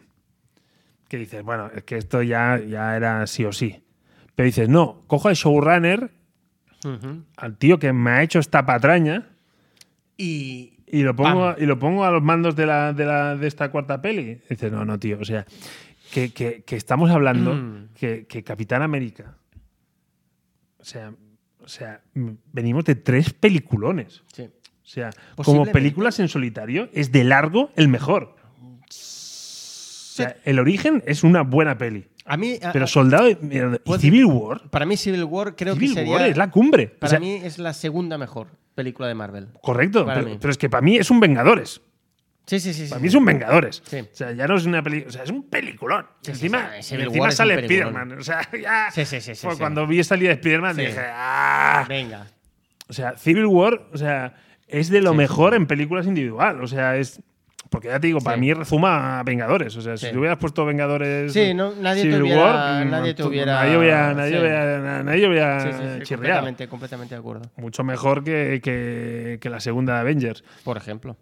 S1: que dices, bueno, es que esto ya, ya era sí o sí. Pero dices, no, cojo al showrunner,
S2: Ujú.
S1: al tío que me ha hecho esta patraña,
S2: Y
S1: y lo pongo,
S2: Pam.
S1: a, y lo pongo a los mandos de, la, de, la- de esta cuarta peli. Dices, no, no, tío, o sea, que, que- que estamos hablando
S2: Mm.
S1: que, que Capitán América, o sea, o sea, m- venimos de tres peliculones.
S2: sí,
S1: O sea, como
S2: Posiblemente.
S1: películas en solitario, es de largo el mejor. O sea, el origen es una buena peli.
S2: A mí, a-
S1: Pero
S2: a-
S1: Soldado y, mierda, y
S2: Puede-
S1: Civil War.
S2: para mí Civil War creo
S1: Civil
S2: que sería...
S1: War es la cumbre. O
S2: Para
S1: sea,
S2: mí es la segunda mejor película de Marvel.
S1: correcto.
S2: para
S1: Pero,
S2: mí.
S1: pero es que para mí es un Vengadores.
S2: Sí, sí, sí.
S1: Para
S2: sí.
S1: mí es un Vengadores.
S2: Sí.
S1: O sea, ya no es una película. O sea, es un peliculón.
S2: Sí, sí,
S1: encima
S2: sí, Civil
S1: encima
S2: War es un
S1: sale
S2: peliculón.
S1: Spider-Man. O sea, ya.
S2: Sí, sí, sí, sí,
S1: pues
S2: sí.
S1: Cuando vi esta salida de Spider-Man
S2: Sí.
S1: dije. ¡Ah!
S2: Venga.
S1: O sea, Civil War, o sea, es de lo
S2: Sí.
S1: mejor en películas individual. O sea, es. Porque ya te digo, para
S2: Sí.
S1: mí rezuma a Vengadores. O sea, si
S2: Sí.
S1: tú hubieras puesto Vengadores.
S2: Sí, no, nadie te
S1: Civil
S2: hubiera-
S1: War, mm,
S2: nadie te
S1: tú-
S2: hubiera-
S1: Nadie hubiera. Nadie
S2: sí.
S1: hubiera, nadie hubiera
S2: Sí, sí, sí,
S1: Ah, chirriado.
S2: completamente, completamente de acuerdo.
S1: Mucho mejor que, que- que la segunda de Avengers.
S2: Por ejemplo.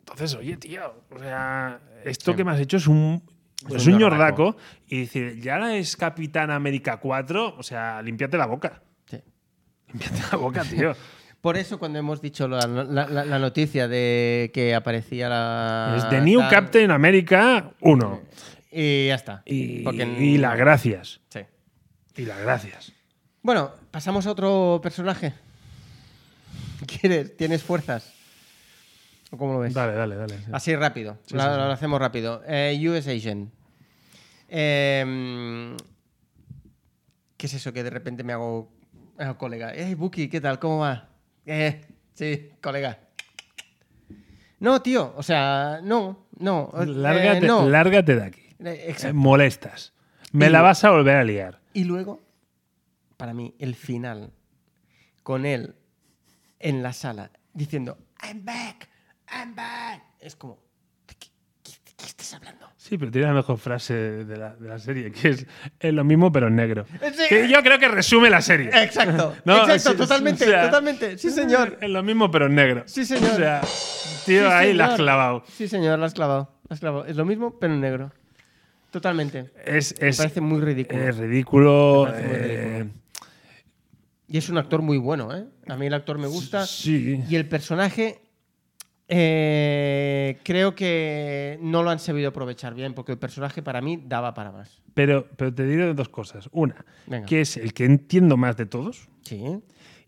S1: Entonces, oye, tío, o sea, esto
S2: Sí.
S1: que me has hecho es un.
S2: Es
S1: Es
S2: un
S1: un
S2: ñordaco.
S1: ñordaco. Y decir, ya es Capitán América 4, o sea, límpiate la boca.
S2: Sí.
S1: Límpiate la boca, tío.
S2: Por eso cuando hemos dicho la, la- la- la noticia de que aparecía la...
S1: es The New
S2: tal,
S1: Captain America 1.
S2: Y ya está.
S1: Y,
S2: Porque en-
S1: y las gracias.
S2: Sí.
S1: Y las gracias.
S2: Bueno, pasamos a otro personaje. ¿Quieres? ¿Tienes fuerzas? ¿O cómo lo ves?
S1: Dale, dale, dale. sí.
S2: Así rápido.
S1: Sí,
S2: lo,
S1: sí, sí.
S2: lo hacemos rápido. Eh, US Agent. Eh, ¿Qué es eso que de repente me hago eh, colega? Eh, Buki, ¿qué tal? ¿Cómo va? Eh, sí, colega. No, tío, o sea, no, no. eh,
S1: Lárgate,
S2: no.
S1: lárgate de aquí.
S2: Eh,
S1: Eh,
S2: exacto.
S1: molestas. Me
S2: Y-
S1: la vas a volver a liar.
S2: Y luego, para mí, el final, con él en la sala, diciendo, I'm back, I'm back. Es como, ¿de qué, qué- de qué estás hablando?
S1: Sí, pero tiene la mejor frase de la, de la serie, que es, es lo mismo pero en negro.
S2: Eh, Sí.
S1: Que yo creo que resume la serie.
S2: Exacto,
S1: No,
S2: exacto,
S1: sí,
S2: totalmente,
S1: o sea,
S2: totalmente. Sí, señor.
S1: Es lo mismo pero en negro.
S2: Sí, señor.
S1: O sea, tío,
S2: Sí,
S1: ahí la has
S2: señor.
S1: clavado.
S2: Sí, señor, lo has clavado, lo has clavado. Es lo mismo, pero en negro. Totalmente.
S1: Es,
S2: Me
S1: es, er
S2: parece muy ridículo.
S1: es ridículo.
S2: Me parece
S1: eh,
S2: muy Y es un actor muy bueno, ¿eh? A mí el actor me gusta.
S1: Sí.
S2: Y el personaje eh, creo que no lo han sabido aprovechar bien, porque el personaje para mí daba para más.
S1: Pero, pero te diré dos cosas. Una,
S2: Venga.
S1: que es el que entiendo más de todos.
S2: Sí.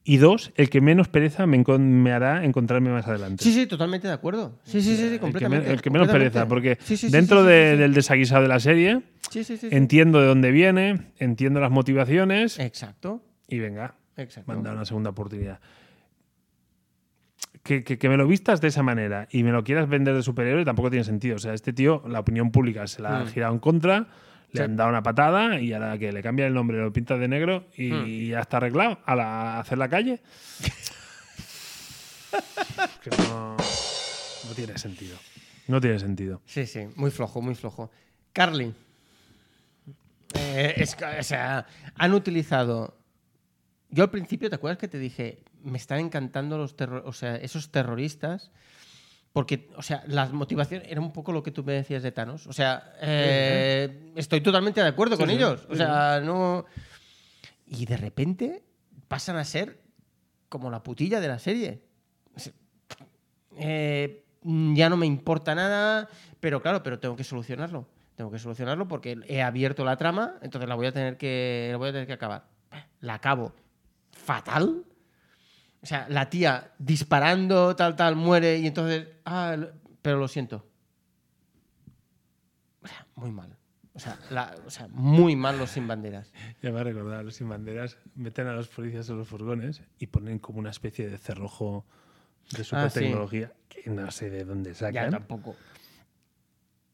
S1: Y dos, el que menos pereza me, encon- me hará encontrarme más adelante.
S2: Sí, sí, totalmente de acuerdo. Sí, sí, sí, sí,
S1: el, que me-
S2: completamente.
S1: el que menos pereza,
S2: completamente.
S1: porque
S2: Sí, sí, sí,
S1: dentro
S2: sí, sí,
S1: de-
S2: sí.
S1: del desaguisado de la serie,
S2: Sí, sí, sí, Eh. sí.
S1: entiendo de dónde viene, entiendo las motivaciones
S2: Exacto,
S1: y venga,
S2: exacto.
S1: me han dado una segunda oportunidad. Que, que- que me lo vistas de esa manera y me lo quieras vender de superhéroe tampoco tiene sentido. O sea, este tío, la opinión pública se la ha
S2: Mm.
S1: girado en contra, le
S2: Sí.
S1: han dado una patada y ahora que le cambia el nombre, lo pinta de negro y,
S2: Mm.
S1: ya está arreglado a, la- a hacer la calle. que no, no tiene sentido. No tiene sentido.
S2: Sí, sí, muy flojo, muy flojo. Carly. Eh, es que, o sea, han utilizado. Yo al principio, ¿te acuerdas que te dije? Me están encantando los terro- o sea, esos terroristas. Porque, o sea, la motivación era un poco lo que tú me decías de Thanos. O sea, eh, estoy totalmente de acuerdo con ellos. O sea, no. Y de repente pasan a ser como la putilla de la serie. O sea, eh, mm, ya no me importa nada, pero claro, pero tengo que solucionarlo. Tengo que solucionarlo porque he abierto la trama, entonces la voy a tener que, la voy a tener que acabar. La acabo. Fatal. O sea, la tía disparando, tal, tal, muere y entonces, ah, lo- pero lo siento. O sea, muy mal. O sea, la- o sea, muy mal los sin banderas.
S1: Ya me ha recordado, los sin banderas meten a los policías en los furgones y ponen como una especie de cerrojo de super tecnología que no sé de dónde
S2: Ah, Ya
S1: sacan.
S2: tampoco.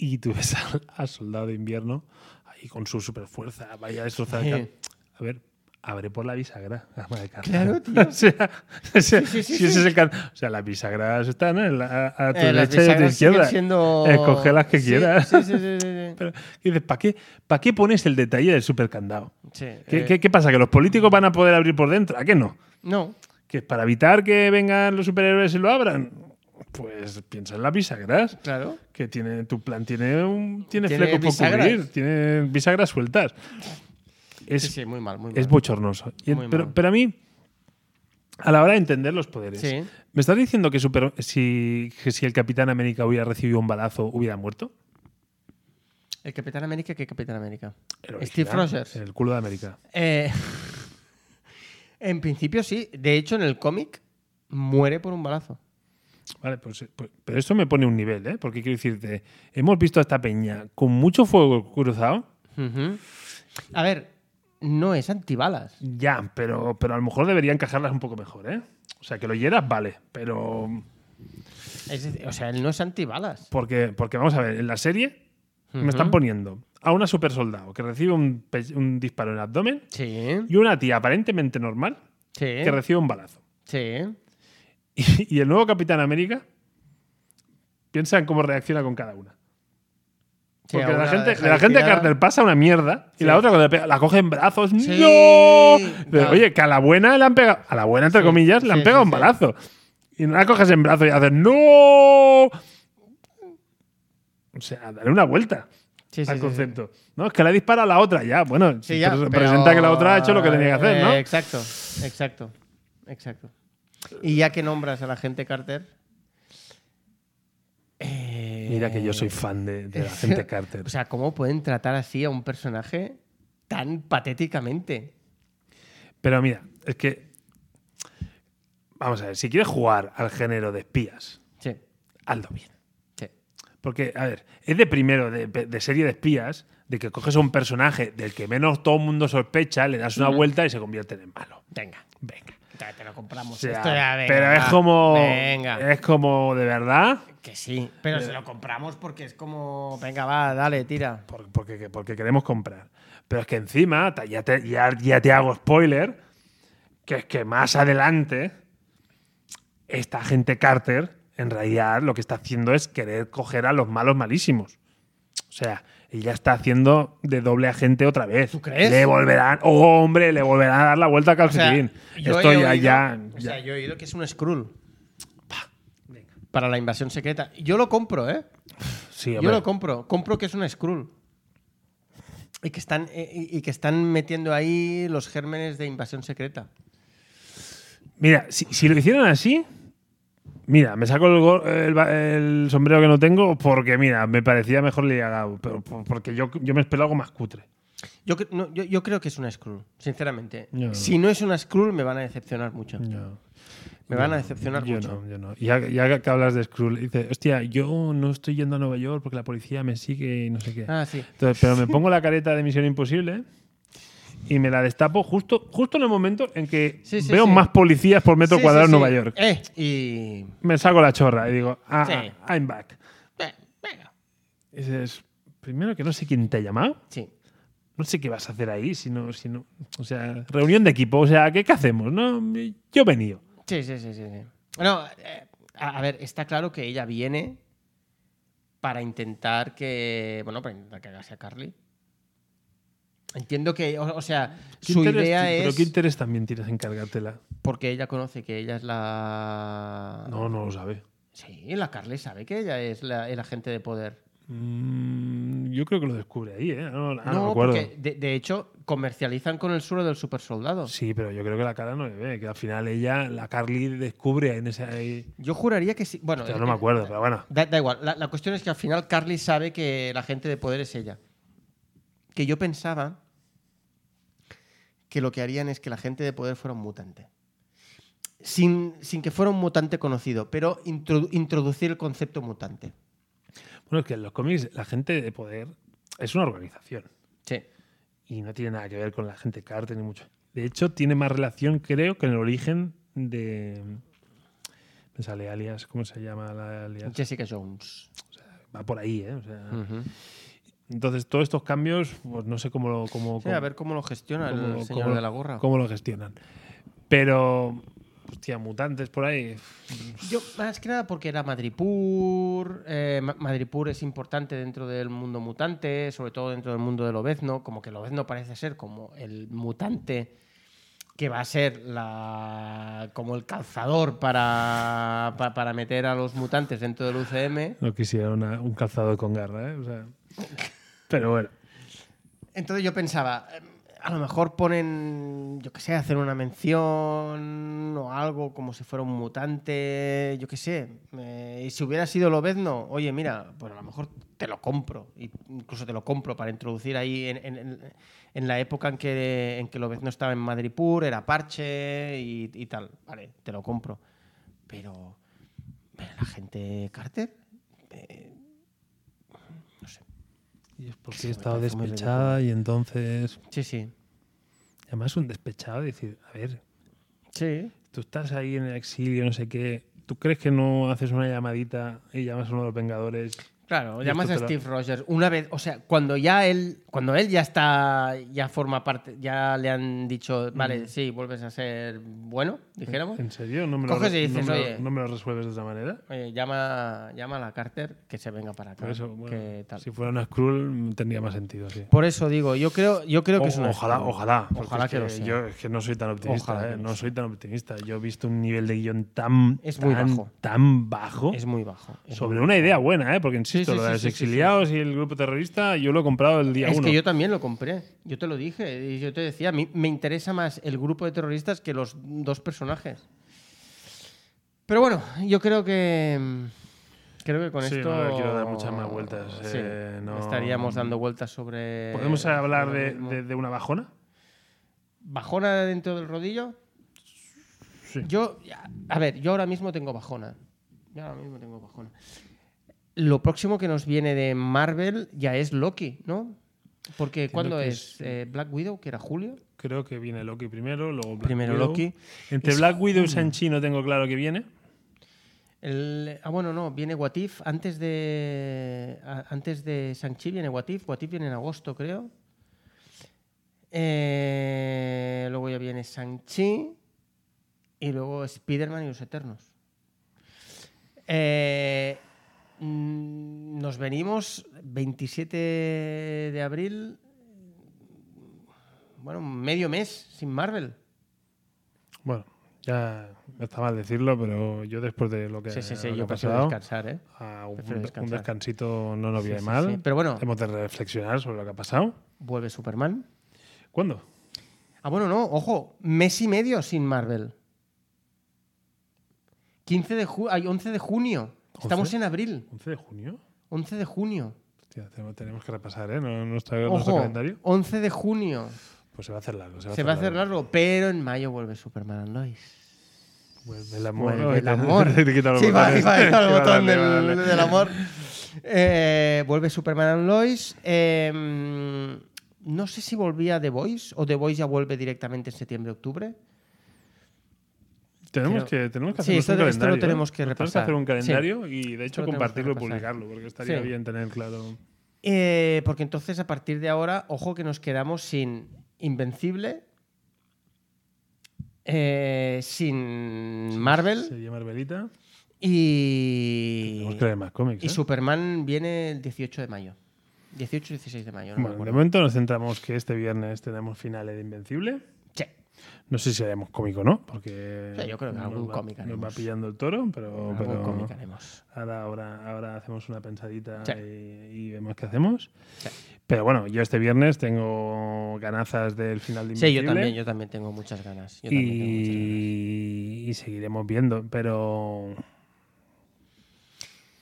S1: y tú ves al, al soldado de invierno ahí con su super fuerza, vaya destrozada.
S2: Sí.
S1: ca- A ver, abre por la bisagra. ama de carne.
S2: Claro, tío.
S1: o sea, o sea,
S2: sí, sí,
S1: si ese
S2: sí.
S1: es el can- O sea, las bisagras están en la- a, tu
S2: Eh, las
S1: derecha y a tu
S2: bisagras siguen
S1: izquierda.
S2: siendo-
S1: Escoge las que
S2: Sí,
S1: quieras.
S2: sí, sí, sí, sí, sí.
S1: Pero dices, ¿para qué, ¿para qué pones el detalle del super candado?
S2: Sí,
S1: ¿Qué,
S2: eh,
S1: qué- qué pasa? ¿Que los políticos van a poder abrir por dentro? ¿A qué no?
S2: No,
S1: ¿Que es para evitar que vengan los superhéroes y lo abran? Pues piensa en las bisagras.
S2: claro.
S1: Que tiene, tu plan tiene, un, tiene,
S2: Tiene
S1: fleco por
S2: bisagras.
S1: cubrir, tiene bisagras sueltas. Es,
S2: Sí, sí, muy mal, muy mal.
S1: es bochornoso. Y-
S2: Muy
S1: pero,
S2: mal.
S1: pero a mí, a la hora de entender los poderes,
S2: Sí.
S1: ¿me estás diciendo que, super- si, que si el Capitán América hubiera recibido un balazo, hubiera muerto?
S2: El Capitán América, ¿qué Capitán América?
S1: El
S2: Steve
S1: original,
S2: Rogers.
S1: El culo de América.
S2: Eh, en principio sí. De hecho, en el cómic muere por un balazo.
S1: Vale, pues, pues- pero esto me pone un nivel, ¿eh? Porque quiero decirte, hemos visto a esta peña con mucho fuego cruzado,
S2: Ujú. A ver, no es antibalas.
S1: ya, pero, pero a lo mejor debería encajarlas un poco mejor, ¿eh? O sea, que lo hieras, vale, pero.
S2: Es decir, o sea, él no es antibalas.
S1: Porque, porque vamos a ver, en la serie me están poniendo a una super soldado que recibe un, pe- un disparo en el abdomen
S2: Sí,
S1: y una tía aparentemente normal
S2: sí,
S1: que recibe un balazo.
S2: sí.
S1: Y, y el nuevo Capitán América piensa en cómo reacciona con cada una.
S2: Sí,
S1: Porque
S2: a
S1: la
S2: una
S1: gente,
S2: deja
S1: la gente de
S2: tirada.
S1: Carter pasa una mierda y
S2: Sí.
S1: la otra cuando le pega, la coge en brazos.
S2: Sí.
S1: ¡No! Pero,
S2: Claro.
S1: Oye, que a la buena le han pegado. A la buena, entre
S2: Sí,
S1: comillas, le han
S2: sí,
S1: pegado
S2: sí,
S1: un
S2: sí.
S1: balazo. Y no la coges en brazos y haces ¡No! O sea, dale una vuelta
S2: Sí, sí,
S1: al
S2: sí,
S1: concepto. No, es que le dispara a la otra ya. Bueno,
S2: Sí,
S1: si
S2: ya,
S1: pre-
S2: pero-
S1: presenta que la otra ha hecho lo que tenía que hacer, ¿no?
S2: Eh, exacto, exacto, exacto. Y ya que nombras a la gente Carter. eh,
S1: Mira que yo soy fan de, de la gente Carter.
S2: O sea, ¿cómo pueden tratar así a un personaje tan patéticamente?
S1: Pero mira, es que. Vamos a ver, si quieres jugar al género de espías,
S2: Sí,
S1: hazlo bien.
S2: sí.
S1: Porque, a ver, es de primero, de, de serie de espías, de que coges a un personaje del que menos todo el mundo sospecha, le das una vuelta y se convierte en el malo.
S2: Venga,
S1: Venga.
S2: te, te lo compramos.
S1: O sea,
S2: Esto ya, venga,
S1: pero es
S2: va.
S1: como. Eh,
S2: Venga,
S1: Es como de verdad.
S2: que sí. Pero se lo compramos porque es como. Venga, va, dale, tira.
S1: por- Porque, porque queremos comprar. Pero es que encima, ta- ya te, ya, ya te hago spoiler, que es que más adelante, esta gente Carter, en realidad lo que está haciendo es querer coger a los malos malísimos. O sea, ella está haciendo de doble agente otra vez.
S2: ¿Tú crees?
S1: Le volverán, oh, hombre, le volverán a dar la vuelta al
S2: O sea,
S1: calcetín.
S2: yo
S1: Esto
S2: he
S1: ya,
S2: oído-
S1: ya,
S2: O
S1: ya-
S2: sea, yo he oído que es un Skrull. Para la invasión secreta. Yo lo compro, ¿eh?
S1: sí,
S2: Yo
S1: hombre.
S2: lo compro. Compro que es un Skrull. Y que están, eh, y y que están metiendo ahí los gérmenes de invasión secreta.
S1: Mira, si, si lo hicieran así, mira, me saco el, go- el ba- el sombrero que no tengo porque, mira, me parecía mejor ligado, pero por- porque yo, yo me espero algo más cutre.
S2: Yo, cre- no, yo, yo creo que es una Skrull, sinceramente.
S1: Yo-
S2: Si no es una Skrull, me van a decepcionar mucho. Me van a decepcionar
S1: Yo
S2: mucho.
S1: no, yo no. Y Ya, ya que hablas de Skrull, dices, hostia, yo no estoy yendo a Nueva York porque la policía me sigue y no sé qué.
S2: Ah, sí.
S1: Entonces, pero me pongo la careta de Misión Imposible y me la destapo justo, justo en el momento en que
S2: Sí, sí,
S1: veo
S2: sí.
S1: más policías por metro
S2: Sí,
S1: cuadrado
S2: sí,
S1: en Nueva
S2: sí.
S1: York.
S2: Eh, y.
S1: Me saco la chorra y digo, ah,
S2: Sí.
S1: ah, I'm back.
S2: eh, venga.
S1: Y dices, primero que no sé quién te ha llamado,
S2: Sí.
S1: no sé qué vas a hacer ahí, si no, si no- o sea, reunión de equipo, o sea, ¿qué, qué hacemos? No, yo he venido.
S2: Sí, sí, sí, sí. sí. No, eh, a, a ver, está claro que ella viene para intentar que. Bueno, para intentar que hagas a Carly. Entiendo que, o, o sea,
S1: ¿Qué
S2: su
S1: interés-
S2: idea
S1: Pero
S2: es.
S1: qué interés también tienes en cargártela.
S2: Porque ella conoce que ella es la.
S1: No, no lo sabe.
S2: Sí, la Carly sabe que ella es la- el agente de poder.
S1: Mm, yo creo que lo descubre ahí, ¿eh? Ah, No, ah, no
S2: no,
S1: me acuerdo.
S2: porque de, de hecho comercializan con el suelo del super soldado.
S1: Sí, pero yo creo que la cara no le ve, que al final ella, la Carly descubre en ese ahí.
S2: Yo juraría que sí. Bueno,
S1: Hostia, no me
S2: eh,
S1: acuerdo, pero bueno.
S2: Da, da igual. La, la cuestión es que al final Carly sabe que la gente de poder es ella. Que yo pensaba que lo que harían es que la gente de poder fuera un mutante. Sin, sin que fuera un mutante conocido, pero introdu- introducir el concepto mutante.
S1: Bueno, es que en los cómics la gente de poder es una organización.
S2: Sí.
S1: y no tiene nada que ver con la gente Carter ni mucho. De hecho, tiene más relación, creo, con el origen de. Me sale alias, ¿cómo se llama la alias?
S2: Jessica Jones.
S1: Va por ahí, ¿eh? O sea, Entonces, todos estos cambios, pues no sé cómo lo. Cómo,
S2: Sí, a ver cómo lo gestiona el señor
S1: cómo-
S2: de la gorra.
S1: cómo lo gestionan. Pero. Hostia, mutantes por ahí.
S2: Yo, más que nada porque era Madripur. eh, Ma- Madripur es importante dentro del mundo mutante, sobre todo dentro del mundo del Obezno. Como que el Obezno parece ser como el mutante que va a ser la, como el calzador para, pa- para meter a los mutantes dentro del UCM.
S1: No quisiera una- un calzado con garra, ¿eh? O sea, pero bueno.
S2: Entonces yo pensaba, eh, a lo mejor ponen, yo qué sé, hacer una mención o algo como si fuera un mutante, yo qué sé. Eh, y si hubiera sido Lobezno, oye, mira, pues a lo mejor te lo compro, y- incluso te lo compro para introducir ahí en, en- en- en la época en que, en que Lobezno estaba en Madripur, era parche y, y tal. Vale, te lo compro. Pero, pero la gente Carter, eh, no sé.
S1: Y es porque
S2: Sí,
S1: he
S2: me
S1: estado
S2: parece muy
S1: despechada y entonces.
S2: Sí, sí.
S1: Además, un despechado decir, a ver,
S2: Sí.
S1: tú estás ahí en el exilio, no sé qué. ¿Tú crees que no haces una llamadita y llamas a uno de los Vengadores?
S2: Claro,
S1: Y
S2: llamas
S1: esto
S2: a
S1: te lo-
S2: Steve Rogers una vez, o sea, cuando ya él, cuando él ya está, ya forma parte, ya le han dicho, vale, sí, vuelves a ser bueno, dijéramos.
S1: ¿En serio? ¿No me,
S2: Coges
S1: lo,
S2: y
S1: no
S2: dices,
S1: me lo-
S2: "Oye".
S1: no me lo resuelves de otra manera?
S2: Oye, Eh, llama, llama a la Carter que se venga para acá.
S1: Por eso, bueno,
S2: que Ah, tal.
S1: si fuera una Skrull, tendría más sentido, sí.
S2: Por eso digo, yo creo, yo creo que es
S1: O-
S2: una.
S1: ojalá, ojalá. porque
S2: Ojalá
S1: es
S2: que lo sea.
S1: Yo es que no soy tan optimista,
S2: Ojalá que
S1: eh,
S2: lo
S1: No
S2: sea.
S1: soy tan optimista. Yo he visto un nivel de guión tan,
S2: Es muy
S1: tan,
S2: bajo.
S1: tan bajo
S2: Es muy bajo. es
S1: sobre
S2: muy-
S1: una idea buena, ¿eh? Porque insisto,
S2: sí,
S1: lo de
S2: sí,
S1: los
S2: sí, sí, sí.
S1: exiliados y el grupo terrorista, yo lo he comprado el día
S2: Es
S1: uno.
S2: que yo también lo compré. Yo te lo dije. y Yo te decía, a mí me interesa más el grupo de terroristas que los dos personajes. Pero bueno, yo creo que. Creo que con
S1: Sí,
S2: esto.
S1: no le quiero dar muchas más vueltas,
S2: Sí,
S1: eh, no-
S2: Estaríamos dando vueltas sobre.
S1: ¿Podemos hablar
S2: sobre
S1: de,
S2: lo mismo.
S1: de- de una bajona?
S2: ¿Bajona dentro del rodillo?
S1: Sí.
S2: Yo, a ver, yo ahora mismo tengo bajona. Yo ahora mismo tengo bajona. Lo próximo que nos viene de Marvel ya es Loki, ¿no? Porque ¿cuándo
S1: Loki
S2: es?
S1: es-
S2: Eh, ¿Black Widow, que era julio?
S1: Creo que viene Loki primero, luego Black
S2: Primero
S1: Widow.
S2: Loki.
S1: Entre
S2: Es-
S1: Black Widow y Sanchi no tengo claro que viene.
S2: El- ah, bueno, no, viene Watif antes de a- antes de Shang-Chi viene Watif, Watif viene en agosto, creo. Eh, luego ya viene Shang-Chi y luego Spider-Man y los Eternos. Eh, mm, nos venimos 27 de abril, bueno, medio mes sin Marvel.
S1: Bueno, ya está mal decirlo, pero yo después de lo que,
S2: Sí, sí, sí,
S1: lo que
S2: yo
S1: ha
S2: prefiero
S1: pasado,
S2: descansar, ¿eh?
S1: a un,
S2: prefiero
S1: un
S2: descansar.
S1: descansito no nos
S2: Sí,
S1: viene
S2: sí,
S1: mal.
S2: sí, pero bueno.
S1: Hemos de reflexionar sobre lo que ha pasado.
S2: Vuelve Superman.
S1: ¿Cuándo?
S2: Ah, bueno, no, ojo, mes y medio sin Marvel. 15 de ju- ay, 11 de junio. Estamos
S1: ¿Once?
S2: en abril.
S1: ¿11 de junio?
S2: 11 de junio.
S1: Hostia, tenemos, tenemos que repasar, ¿eh? No- Nuestro, nuestro
S2: Ojo,
S1: calendario.
S2: 11 de junio.
S1: Pues se va a hacer largo. Se va,
S2: Se va a hacer largo, pero en mayo vuelve Superman and Lois.
S1: Vuelve el amor.
S2: Vuelve
S1: Ay,
S2: el
S1: te-
S2: amor.
S1: te he quitado los
S2: Sí, va,
S1: botones.
S2: va, va, el
S1: Vale,
S2: botón
S1: vale,
S2: del,
S1: vale.
S2: del amor. Eh, vuelve Superman and Lois. Eh, mm, no sé si volvía The Voice o The Voice ya vuelve directamente en septiembre-octubre.
S1: Tenemos
S2: Creo-
S1: que, tenemos que hacer
S2: Sí, esto- esto
S1: un
S2: lo
S1: calendario. ¿eh?
S2: tenemos que repasar.
S1: hacer un
S2: Sí.
S1: calendario y, de hecho,
S2: lo tenemos que
S1: compartirlo y
S2: repasar.
S1: publicarlo, porque estaría
S2: Sí.
S1: bien tener claro.
S2: Eh, porque entonces a partir de ahora, ojo que nos quedamos sin Invencible, eh, sin Marvel
S1: Sería Marvelita.
S2: y,
S1: Tenemos que leer más cómics.
S2: y
S1: ¿eh?
S2: Superman viene el 18 de mayo. 18 y 16 de mayo, no me
S1: Bueno, de
S2: acuerdo.
S1: momento nos centramos que este viernes tenemos finales de Invencible.
S2: Sí.
S1: No sé si haremos cómico o no, porque.
S2: Sí, yo creo que
S1: nos
S2: algún
S1: va-
S2: cómic
S1: Nos va
S2: haremos.
S1: pillando el toro, pero.
S2: Algún
S1: pero
S2: cómic haremos.
S1: ahora, ahora, ahora hacemos una pensadita
S2: Sí.
S1: y, y vemos qué hacemos.
S2: Sí.
S1: Pero bueno, yo este viernes tengo ganazas del final de
S2: Sí,
S1: Invencible.
S2: yo también, yo también tengo muchas ganas. Yo
S1: y,
S2: también tengo muchas ganas.
S1: y seguiremos viendo, pero.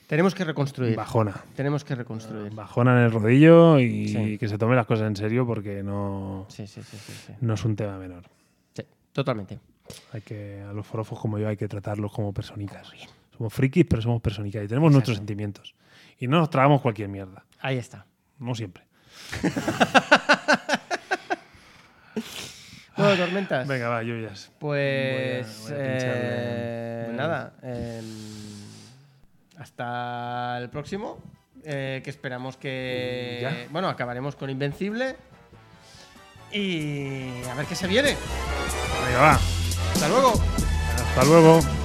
S2: Tenemos que reconstruir.
S1: Bajona.
S2: Tenemos que reconstruir.
S1: Bajona en el rodillo y
S2: Sí.
S1: que se tome las cosas en serio porque no,
S2: Sí, sí, sí, sí, sí.
S1: no es un tema menor.
S2: Sí, totalmente.
S1: Hay que, a los forofos como yo hay que tratarlos como personicas. Somos frikis, pero somos personicas y tenemos nuestros sentimientos. Y no nos tragamos cualquier mierda.
S2: Ahí está.
S1: No siempre.
S2: Bueno, tormentas.
S1: Ah, Venga, va, lluvias.
S2: Pues
S1: Voy a- voy a pincharle.
S2: eh,
S1: Voy a-
S2: nada, eh, hasta el próximo, eh, que esperamos que...
S1: Ya.
S2: Bueno, acabaremos con Invencible y a ver qué se viene.
S1: Venga, va.
S2: Hasta luego.
S1: Hasta luego.